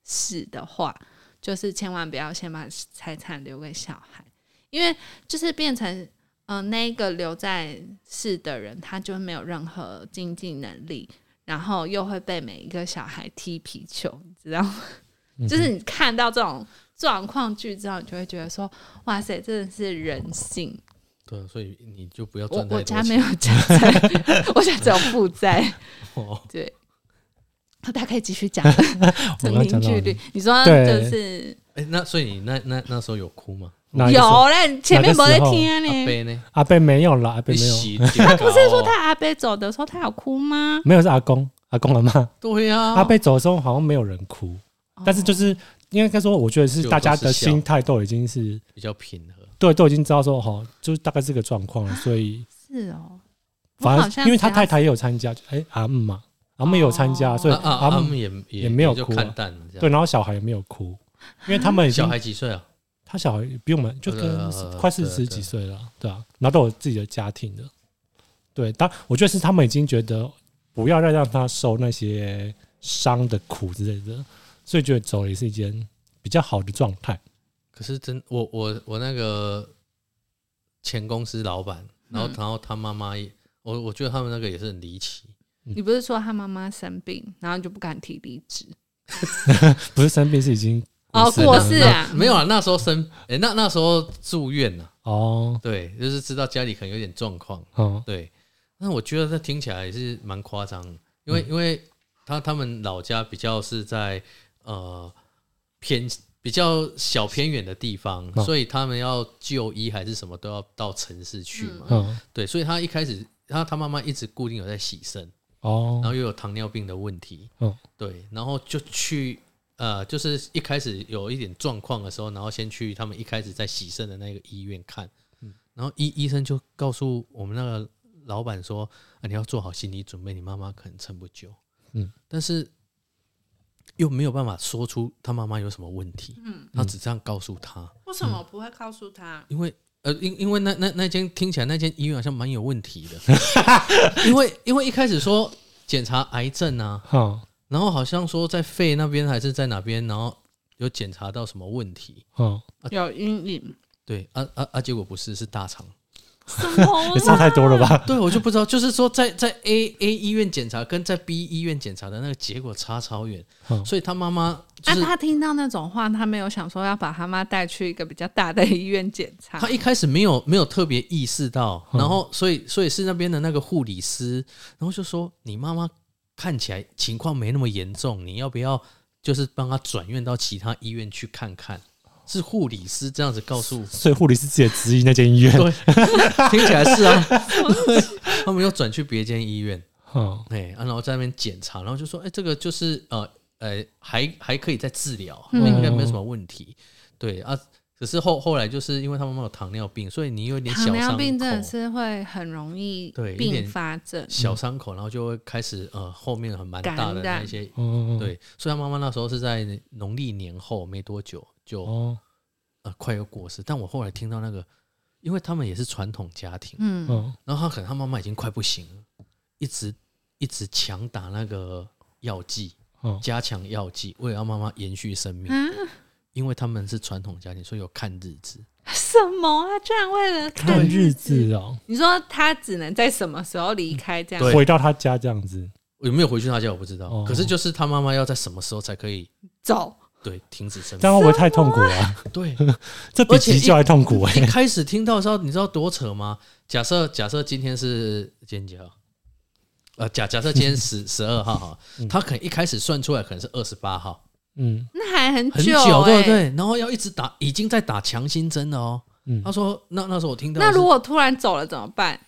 [SPEAKER 1] 世的话，就是千万不要先把财产留给小孩，因为就是变成嗯、呃那一个留在世的人，他就没有任何经济能力，然后又会被每一个小孩踢皮球，你知道吗？就是你看到这种状况剧之后，你就会觉得说，哇塞，真的是人性。
[SPEAKER 3] 对啊，所以你就不要
[SPEAKER 2] 哦
[SPEAKER 1] 我我家
[SPEAKER 3] 赚太多钱。
[SPEAKER 1] 没有家债， <laughs> 我家只有负债。
[SPEAKER 3] 哦 <laughs>
[SPEAKER 1] 对，大家可以继续讲
[SPEAKER 2] <laughs> 我
[SPEAKER 1] 这
[SPEAKER 2] 刚刚
[SPEAKER 1] 凝
[SPEAKER 2] 讲到
[SPEAKER 1] 聚
[SPEAKER 2] 哪里
[SPEAKER 1] 力。你说
[SPEAKER 2] 对
[SPEAKER 1] 就是
[SPEAKER 3] 哎、那所以你那那那时候有哭吗？
[SPEAKER 2] 哪一个时候
[SPEAKER 1] 有嘞，你前面没在听
[SPEAKER 3] 阿
[SPEAKER 1] 嘞。
[SPEAKER 3] 贝呢？
[SPEAKER 2] 阿贝没有啦，阿贝
[SPEAKER 3] 你
[SPEAKER 2] 没有，
[SPEAKER 3] <laughs> 洗他
[SPEAKER 1] 不是说他阿伯走的时候，他有哭吗？
[SPEAKER 2] 没有是阿公，阿公阿妈。
[SPEAKER 1] 哦
[SPEAKER 3] 对
[SPEAKER 1] 啊
[SPEAKER 3] 呀、
[SPEAKER 2] 阿贝走的时候好像没有人哭，但是就是应该说，我觉得是
[SPEAKER 3] 就
[SPEAKER 2] 大家
[SPEAKER 3] 都
[SPEAKER 2] 的
[SPEAKER 3] 是笑
[SPEAKER 2] 心态都已经是
[SPEAKER 3] 比较平和。
[SPEAKER 2] 对，都已经知道说哈，就是大概这个状况了，所以
[SPEAKER 1] 是哦，啊我好
[SPEAKER 2] 反
[SPEAKER 1] 像
[SPEAKER 2] 正因为他
[SPEAKER 1] 只要
[SPEAKER 2] 太太也有参加，就哎、阿姆嘛，阿姆也有参加，
[SPEAKER 1] 哦
[SPEAKER 2] 所以
[SPEAKER 3] 啊啊
[SPEAKER 2] 阿
[SPEAKER 3] 阿
[SPEAKER 2] 姆、
[SPEAKER 3] 姆也
[SPEAKER 2] 也没有
[SPEAKER 3] 就
[SPEAKER 2] 哭啊
[SPEAKER 3] 看淡了这样。
[SPEAKER 2] 对，然后小孩也没有哭，因为他们已经
[SPEAKER 3] 小孩几岁啊？
[SPEAKER 2] 他小孩比我们就跟
[SPEAKER 3] 呃
[SPEAKER 2] 四快四
[SPEAKER 3] 对
[SPEAKER 2] 十
[SPEAKER 3] 对
[SPEAKER 2] 几岁了，对啊，然后都有自己的家庭了，对，但我觉得是他们已经觉得不要再让他受那些伤的苦之类的，所以觉得走也是一件比较好的状态。
[SPEAKER 3] 可是真我我我那个前公司老板，然后
[SPEAKER 1] 嗯
[SPEAKER 3] 然后他妈妈也，我我觉得他们那个也是很离奇。
[SPEAKER 1] 你不是说他妈妈生病，然后就不敢提离职？
[SPEAKER 2] 不是生病，是已经
[SPEAKER 1] 哦，
[SPEAKER 2] 世了
[SPEAKER 1] 过
[SPEAKER 3] 那
[SPEAKER 1] 世
[SPEAKER 3] 那
[SPEAKER 1] 啊，
[SPEAKER 3] 没有啊，那时候生，哎、那那时候住院啊，
[SPEAKER 2] 哦，
[SPEAKER 3] 对，就是知道家里可能有点状况，
[SPEAKER 2] 嗯
[SPEAKER 3] 对。那我觉得这听起来也是蛮夸张的，因为、因为他他们老家比较是在呃偏比较小偏远的地方，
[SPEAKER 2] 哦
[SPEAKER 3] 所以他们要就医还是什么都要到城市去嘛，
[SPEAKER 2] 嗯
[SPEAKER 3] 对，所以他一开始他他妈妈一直固定有在洗肾，然
[SPEAKER 2] 哦，
[SPEAKER 3] 后又有糖尿病的问题，
[SPEAKER 2] 嗯
[SPEAKER 3] 对，然后就去呃，就是一开始有一点状况的时候，然后先去他们一开始在洗肾的那个医院看，然后医医生就告诉我们那个老板说、啊，你要做好心理准备，你妈妈可能撑不久，
[SPEAKER 2] 嗯
[SPEAKER 3] 嗯，但是又没有办法说出他妈妈有什么问题，嗯，他只这样告诉他，
[SPEAKER 1] 为什么不会告诉他？
[SPEAKER 3] 嗯因为呃，因因为那那那间听起来那间医院好像蛮有问题的， <laughs> 因为因为一开始说检查癌症啊，
[SPEAKER 2] 嗯
[SPEAKER 3] 然后好像说在肺那边还是在哪边，然后有检查到什么问题，
[SPEAKER 2] 嗯，
[SPEAKER 1] 有阴影？
[SPEAKER 3] 对啊啊啊，结果不是是大肠，
[SPEAKER 1] 什么
[SPEAKER 2] <laughs> 也差太多了吧？
[SPEAKER 3] 对我就不知道，就是说在在 A A 医院检查跟在 B 医院检查的那个结果差超远，
[SPEAKER 2] 嗯
[SPEAKER 3] 所以他妈妈就
[SPEAKER 1] 啊，
[SPEAKER 3] 是。
[SPEAKER 1] 他听到那种话，他没有想说要把他妈带去一个比较大的医院检查。
[SPEAKER 3] 他一开始没有没有特别意识到，然后所以所以是那边的那个护理师，然后就说你妈妈看起来情况没那么严重，你要不要就是帮她转院到其他医院去看看？是护理师这样子告诉我，
[SPEAKER 2] 所以护理师自己质疑那间医院，
[SPEAKER 3] 对 <laughs> 听起来是啊， <laughs> 他们又转去别间医院，
[SPEAKER 2] 嗯
[SPEAKER 3] 哎、啊然后在那边检查，然后就说，哎、这个就是呃呃，还还可以再治疗，
[SPEAKER 1] 嗯
[SPEAKER 3] 应该没有什么问题。对啊，可是后后来就是因为他妈妈有糖尿病，所以你有点
[SPEAKER 1] 糖
[SPEAKER 3] 小
[SPEAKER 1] 尿
[SPEAKER 3] 伤
[SPEAKER 1] 病真的
[SPEAKER 3] 口。
[SPEAKER 1] 是会很容易
[SPEAKER 3] 对一点
[SPEAKER 1] 并发症，
[SPEAKER 3] 小伤口，然后就会开始呃，后面很蛮大的
[SPEAKER 1] 感染
[SPEAKER 3] 那一些，
[SPEAKER 2] 嗯，嗯，
[SPEAKER 3] 对，所以他妈妈那时候是在农历年后没多久就、
[SPEAKER 2] 哦，
[SPEAKER 3] 呃快要过世，但我后来听到那个，因为他们也是传统家庭，
[SPEAKER 1] 嗯，
[SPEAKER 2] 嗯
[SPEAKER 3] 然后他可能他妈妈已经快不行了，一直一直强打那个药剂，
[SPEAKER 2] 嗯，
[SPEAKER 3] 加强药剂，为了让妈妈延续生命。因为他们是传统家庭，所以有看日子。
[SPEAKER 1] 什么啊？居然为了
[SPEAKER 2] 看日？子哦，
[SPEAKER 1] 你说他只能在什么时候离开这样？
[SPEAKER 3] 对
[SPEAKER 2] 回到他家这样子，
[SPEAKER 3] 有没有回去他家我不知道，
[SPEAKER 2] 哦
[SPEAKER 3] 可是就是他妈妈要在什么时候才可以
[SPEAKER 1] 走，
[SPEAKER 3] 对停止生
[SPEAKER 2] 这
[SPEAKER 3] 命？
[SPEAKER 2] 样会不会太痛苦了、啊？
[SPEAKER 3] 对，
[SPEAKER 2] 这比
[SPEAKER 3] 而且
[SPEAKER 2] 急救还痛苦哎、
[SPEAKER 3] 一开始听到的时候，你知道多扯吗？假设假设今天是今天几号？呃，假假设今天十十二号哈，他可能一开始算出来可能是二十八号，
[SPEAKER 2] 嗯，
[SPEAKER 1] 那还很
[SPEAKER 3] 很
[SPEAKER 1] 欸
[SPEAKER 3] 久，对不对？然后要一直打，已经在打强心针了哦。
[SPEAKER 2] 嗯
[SPEAKER 3] 他说：“那那时候我听到的
[SPEAKER 1] 那
[SPEAKER 3] 是，
[SPEAKER 1] 如果突然走了怎么办？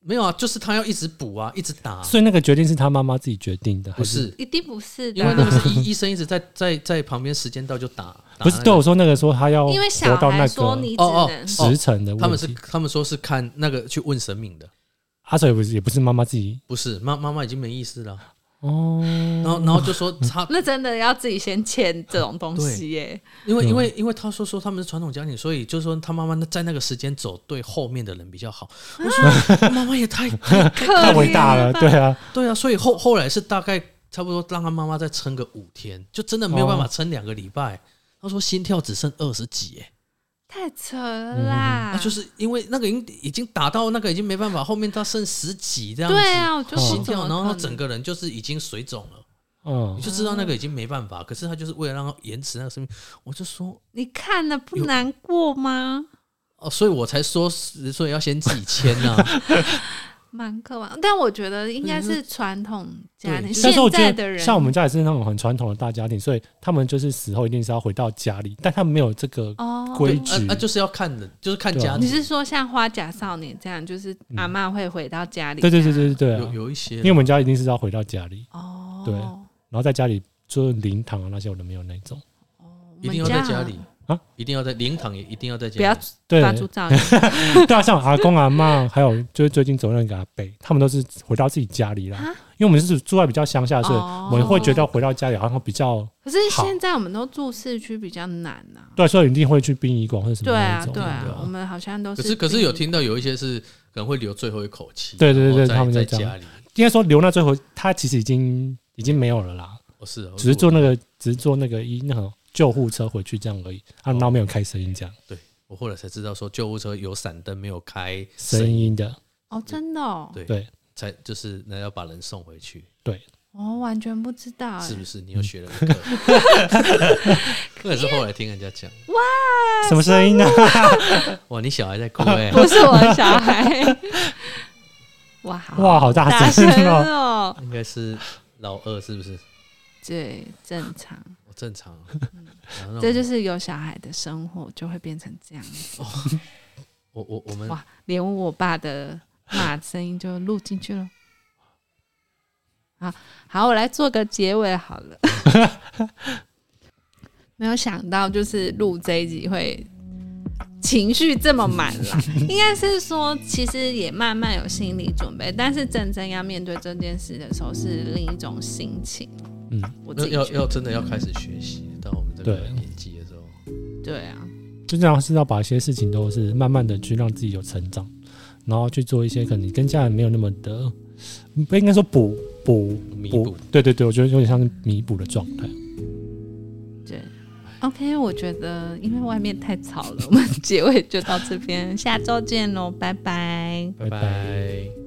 [SPEAKER 3] 没有啊，就是他要一直补啊，一直打啊、
[SPEAKER 2] 所以那个决定是他妈妈自己决定的，还
[SPEAKER 3] 不是？
[SPEAKER 1] 一定不是的，啊
[SPEAKER 3] 因为那个是医 <laughs> 医生一直在在在旁边，时间到就打。打
[SPEAKER 2] 不是
[SPEAKER 3] 那
[SPEAKER 2] 对
[SPEAKER 3] 个
[SPEAKER 2] 我说那个说他要
[SPEAKER 1] 因为
[SPEAKER 2] 活
[SPEAKER 1] 小
[SPEAKER 2] 到那
[SPEAKER 1] 孩说
[SPEAKER 2] 个
[SPEAKER 1] 你只
[SPEAKER 3] 哦哦
[SPEAKER 1] 能
[SPEAKER 2] 时辰的
[SPEAKER 3] 他
[SPEAKER 2] 问
[SPEAKER 3] 们是
[SPEAKER 2] 题，
[SPEAKER 3] 他们说是看那个去问神明的，
[SPEAKER 2] 阿啊水不是也不是妈妈自己
[SPEAKER 3] 不是妈妈妈已经没意思了。
[SPEAKER 2] 哦，
[SPEAKER 3] 然后然后
[SPEAKER 2] <laughs>
[SPEAKER 3] 就说他，
[SPEAKER 1] 那真的要自己先签这种东西耶。
[SPEAKER 3] 因为因为因为他说说他们是传统家庭，所以就是说他妈妈那在那个时间走对后面的人比较好。
[SPEAKER 2] <laughs>
[SPEAKER 3] 我说妈妈也太太太
[SPEAKER 1] 可
[SPEAKER 2] 太伟大了，
[SPEAKER 1] 怜吧
[SPEAKER 2] 对啊，
[SPEAKER 3] 对啊，所以后后来是大概差不多让他妈妈再撑个五天，就真的没有办法
[SPEAKER 2] 哦
[SPEAKER 3] 撑两个礼拜。他说心跳只剩二十几，哎、
[SPEAKER 1] 太扯了啦！
[SPEAKER 3] 啊，就是因为那个已经已经打到那个已经没办法，后面他剩十几这样子，
[SPEAKER 1] 对啊，我就
[SPEAKER 3] 心
[SPEAKER 1] 心
[SPEAKER 3] 跳，然后他整个人就是已经水肿
[SPEAKER 1] 哦
[SPEAKER 3] 了，
[SPEAKER 2] 嗯
[SPEAKER 3] 你，就知道那个已经没办法。可是他就是为了让他延迟那个生命，我就说
[SPEAKER 1] 你看了不难过吗？
[SPEAKER 3] 哦，所以我才说，所以要先自己签呐、
[SPEAKER 1] 蛮刻板，但我觉得应该是传统家庭，
[SPEAKER 2] 但
[SPEAKER 3] 对
[SPEAKER 1] 现
[SPEAKER 2] 是我觉
[SPEAKER 1] 在的
[SPEAKER 2] 得
[SPEAKER 1] 人
[SPEAKER 2] 像我们家也是那种很传统的大家庭，所以他们就是死后一定是要回到家里，但他们没有这个
[SPEAKER 1] 哦，
[SPEAKER 2] <laughs> 规
[SPEAKER 3] 对
[SPEAKER 2] 矩
[SPEAKER 3] 啊，啊就是要看的，就是看
[SPEAKER 2] 对啊
[SPEAKER 3] 家
[SPEAKER 1] 你
[SPEAKER 3] 庭。
[SPEAKER 1] 是说像花甲少年这样，就是阿嬷会回到家里？
[SPEAKER 2] 嗯对对对对对对啊
[SPEAKER 3] 有有一些
[SPEAKER 2] 因为我们家一定是要回到家里，
[SPEAKER 1] 哦，
[SPEAKER 2] 对然后在家里做灵堂啊那些我都没有那种。
[SPEAKER 3] 一定要在家里
[SPEAKER 2] 啊，
[SPEAKER 3] 一定要在灵堂也一定要在
[SPEAKER 1] 不要
[SPEAKER 3] 家里。
[SPEAKER 2] 对，
[SPEAKER 1] 发出
[SPEAKER 2] <laughs>
[SPEAKER 1] 噪音。
[SPEAKER 2] 对啊，像我阿公阿嬷，还有就是最近走那个阿伯，他们都是回到自己家里啦
[SPEAKER 1] 啊。
[SPEAKER 2] 因为我们是住在比较乡啊下，所以
[SPEAKER 1] 哦
[SPEAKER 2] 我们会觉得回到家里好像比较
[SPEAKER 1] 可是现在我们都住市区比较难呐。
[SPEAKER 2] 对，啊所以一定会去殡仪馆或者什么
[SPEAKER 1] 对
[SPEAKER 2] 那
[SPEAKER 1] 啊，
[SPEAKER 2] 种。
[SPEAKER 1] 对
[SPEAKER 3] 对
[SPEAKER 1] 啊
[SPEAKER 3] 啊，
[SPEAKER 1] 我们好像都
[SPEAKER 3] 可
[SPEAKER 1] 是。
[SPEAKER 3] 是可是有，听到有一些是可能会留最后一口气，
[SPEAKER 2] 对对对
[SPEAKER 3] 然后
[SPEAKER 2] 对
[SPEAKER 3] 在
[SPEAKER 2] 他们就
[SPEAKER 3] 在
[SPEAKER 2] 这样
[SPEAKER 3] 家里，
[SPEAKER 2] 应该说留那最后，他其实已经已经没有了啦，
[SPEAKER 3] 哦是哦，
[SPEAKER 2] 只是坐那个只是坐那个一那个救护车回去这样而已。啊，然后没有开声音这样，
[SPEAKER 3] 我后来才知道说救护车有闪灯没有开
[SPEAKER 2] 声
[SPEAKER 3] 音，
[SPEAKER 2] 音的
[SPEAKER 1] 哦，真的哦，
[SPEAKER 3] 对
[SPEAKER 2] 对
[SPEAKER 3] 才就是那要把人送回去，
[SPEAKER 1] 我完全不知道哎
[SPEAKER 3] 是。不是？你又学了
[SPEAKER 1] <laughs>
[SPEAKER 3] 个课，那也是后来听人家讲，
[SPEAKER 2] 什么
[SPEAKER 1] <laughs>
[SPEAKER 2] 声音呢？
[SPEAKER 3] 哇，你小孩在哭哎，
[SPEAKER 1] 不是我的小
[SPEAKER 2] <laughs>
[SPEAKER 1] 孩。哇
[SPEAKER 2] 哇，好大
[SPEAKER 1] 大
[SPEAKER 2] 声
[SPEAKER 1] 声
[SPEAKER 2] 哦！
[SPEAKER 1] 哦！
[SPEAKER 3] 哎应该是老二是不是？
[SPEAKER 1] 对，正常，
[SPEAKER 3] 哦正常啊，然后那
[SPEAKER 1] 嗯这
[SPEAKER 3] 种
[SPEAKER 1] 就是有小孩的生活就会变成这样。
[SPEAKER 3] 我我我们
[SPEAKER 1] 哇，连我爸的骂声音就录进去了。好好，我来做个结尾好了。 <laughs> 没有想到，就是录这一集会情绪这么满啦，应该是说，其实也慢慢有心理准备，但是真正要面对这件事的时候，是另一种心情。
[SPEAKER 2] 嗯，
[SPEAKER 1] 我自
[SPEAKER 3] 要
[SPEAKER 1] 己觉
[SPEAKER 3] 要要
[SPEAKER 1] 得，
[SPEAKER 3] 真的要开始学习，到我们这个
[SPEAKER 2] 对
[SPEAKER 3] 年纪的时候，
[SPEAKER 1] 对啊，
[SPEAKER 2] 就这样是要把一些事情都是慢慢的去让自己有成长，然后去做一些可能跟家人没有那么的，不应该说补补
[SPEAKER 3] 弥
[SPEAKER 2] 补
[SPEAKER 3] 补，
[SPEAKER 2] 对对对，我觉得有点像是弥补的状态。
[SPEAKER 1] 对。OK，我觉得因为外面太吵了，我们结尾就到这边，下周见喽，拜拜。
[SPEAKER 2] 拜拜
[SPEAKER 3] 拜拜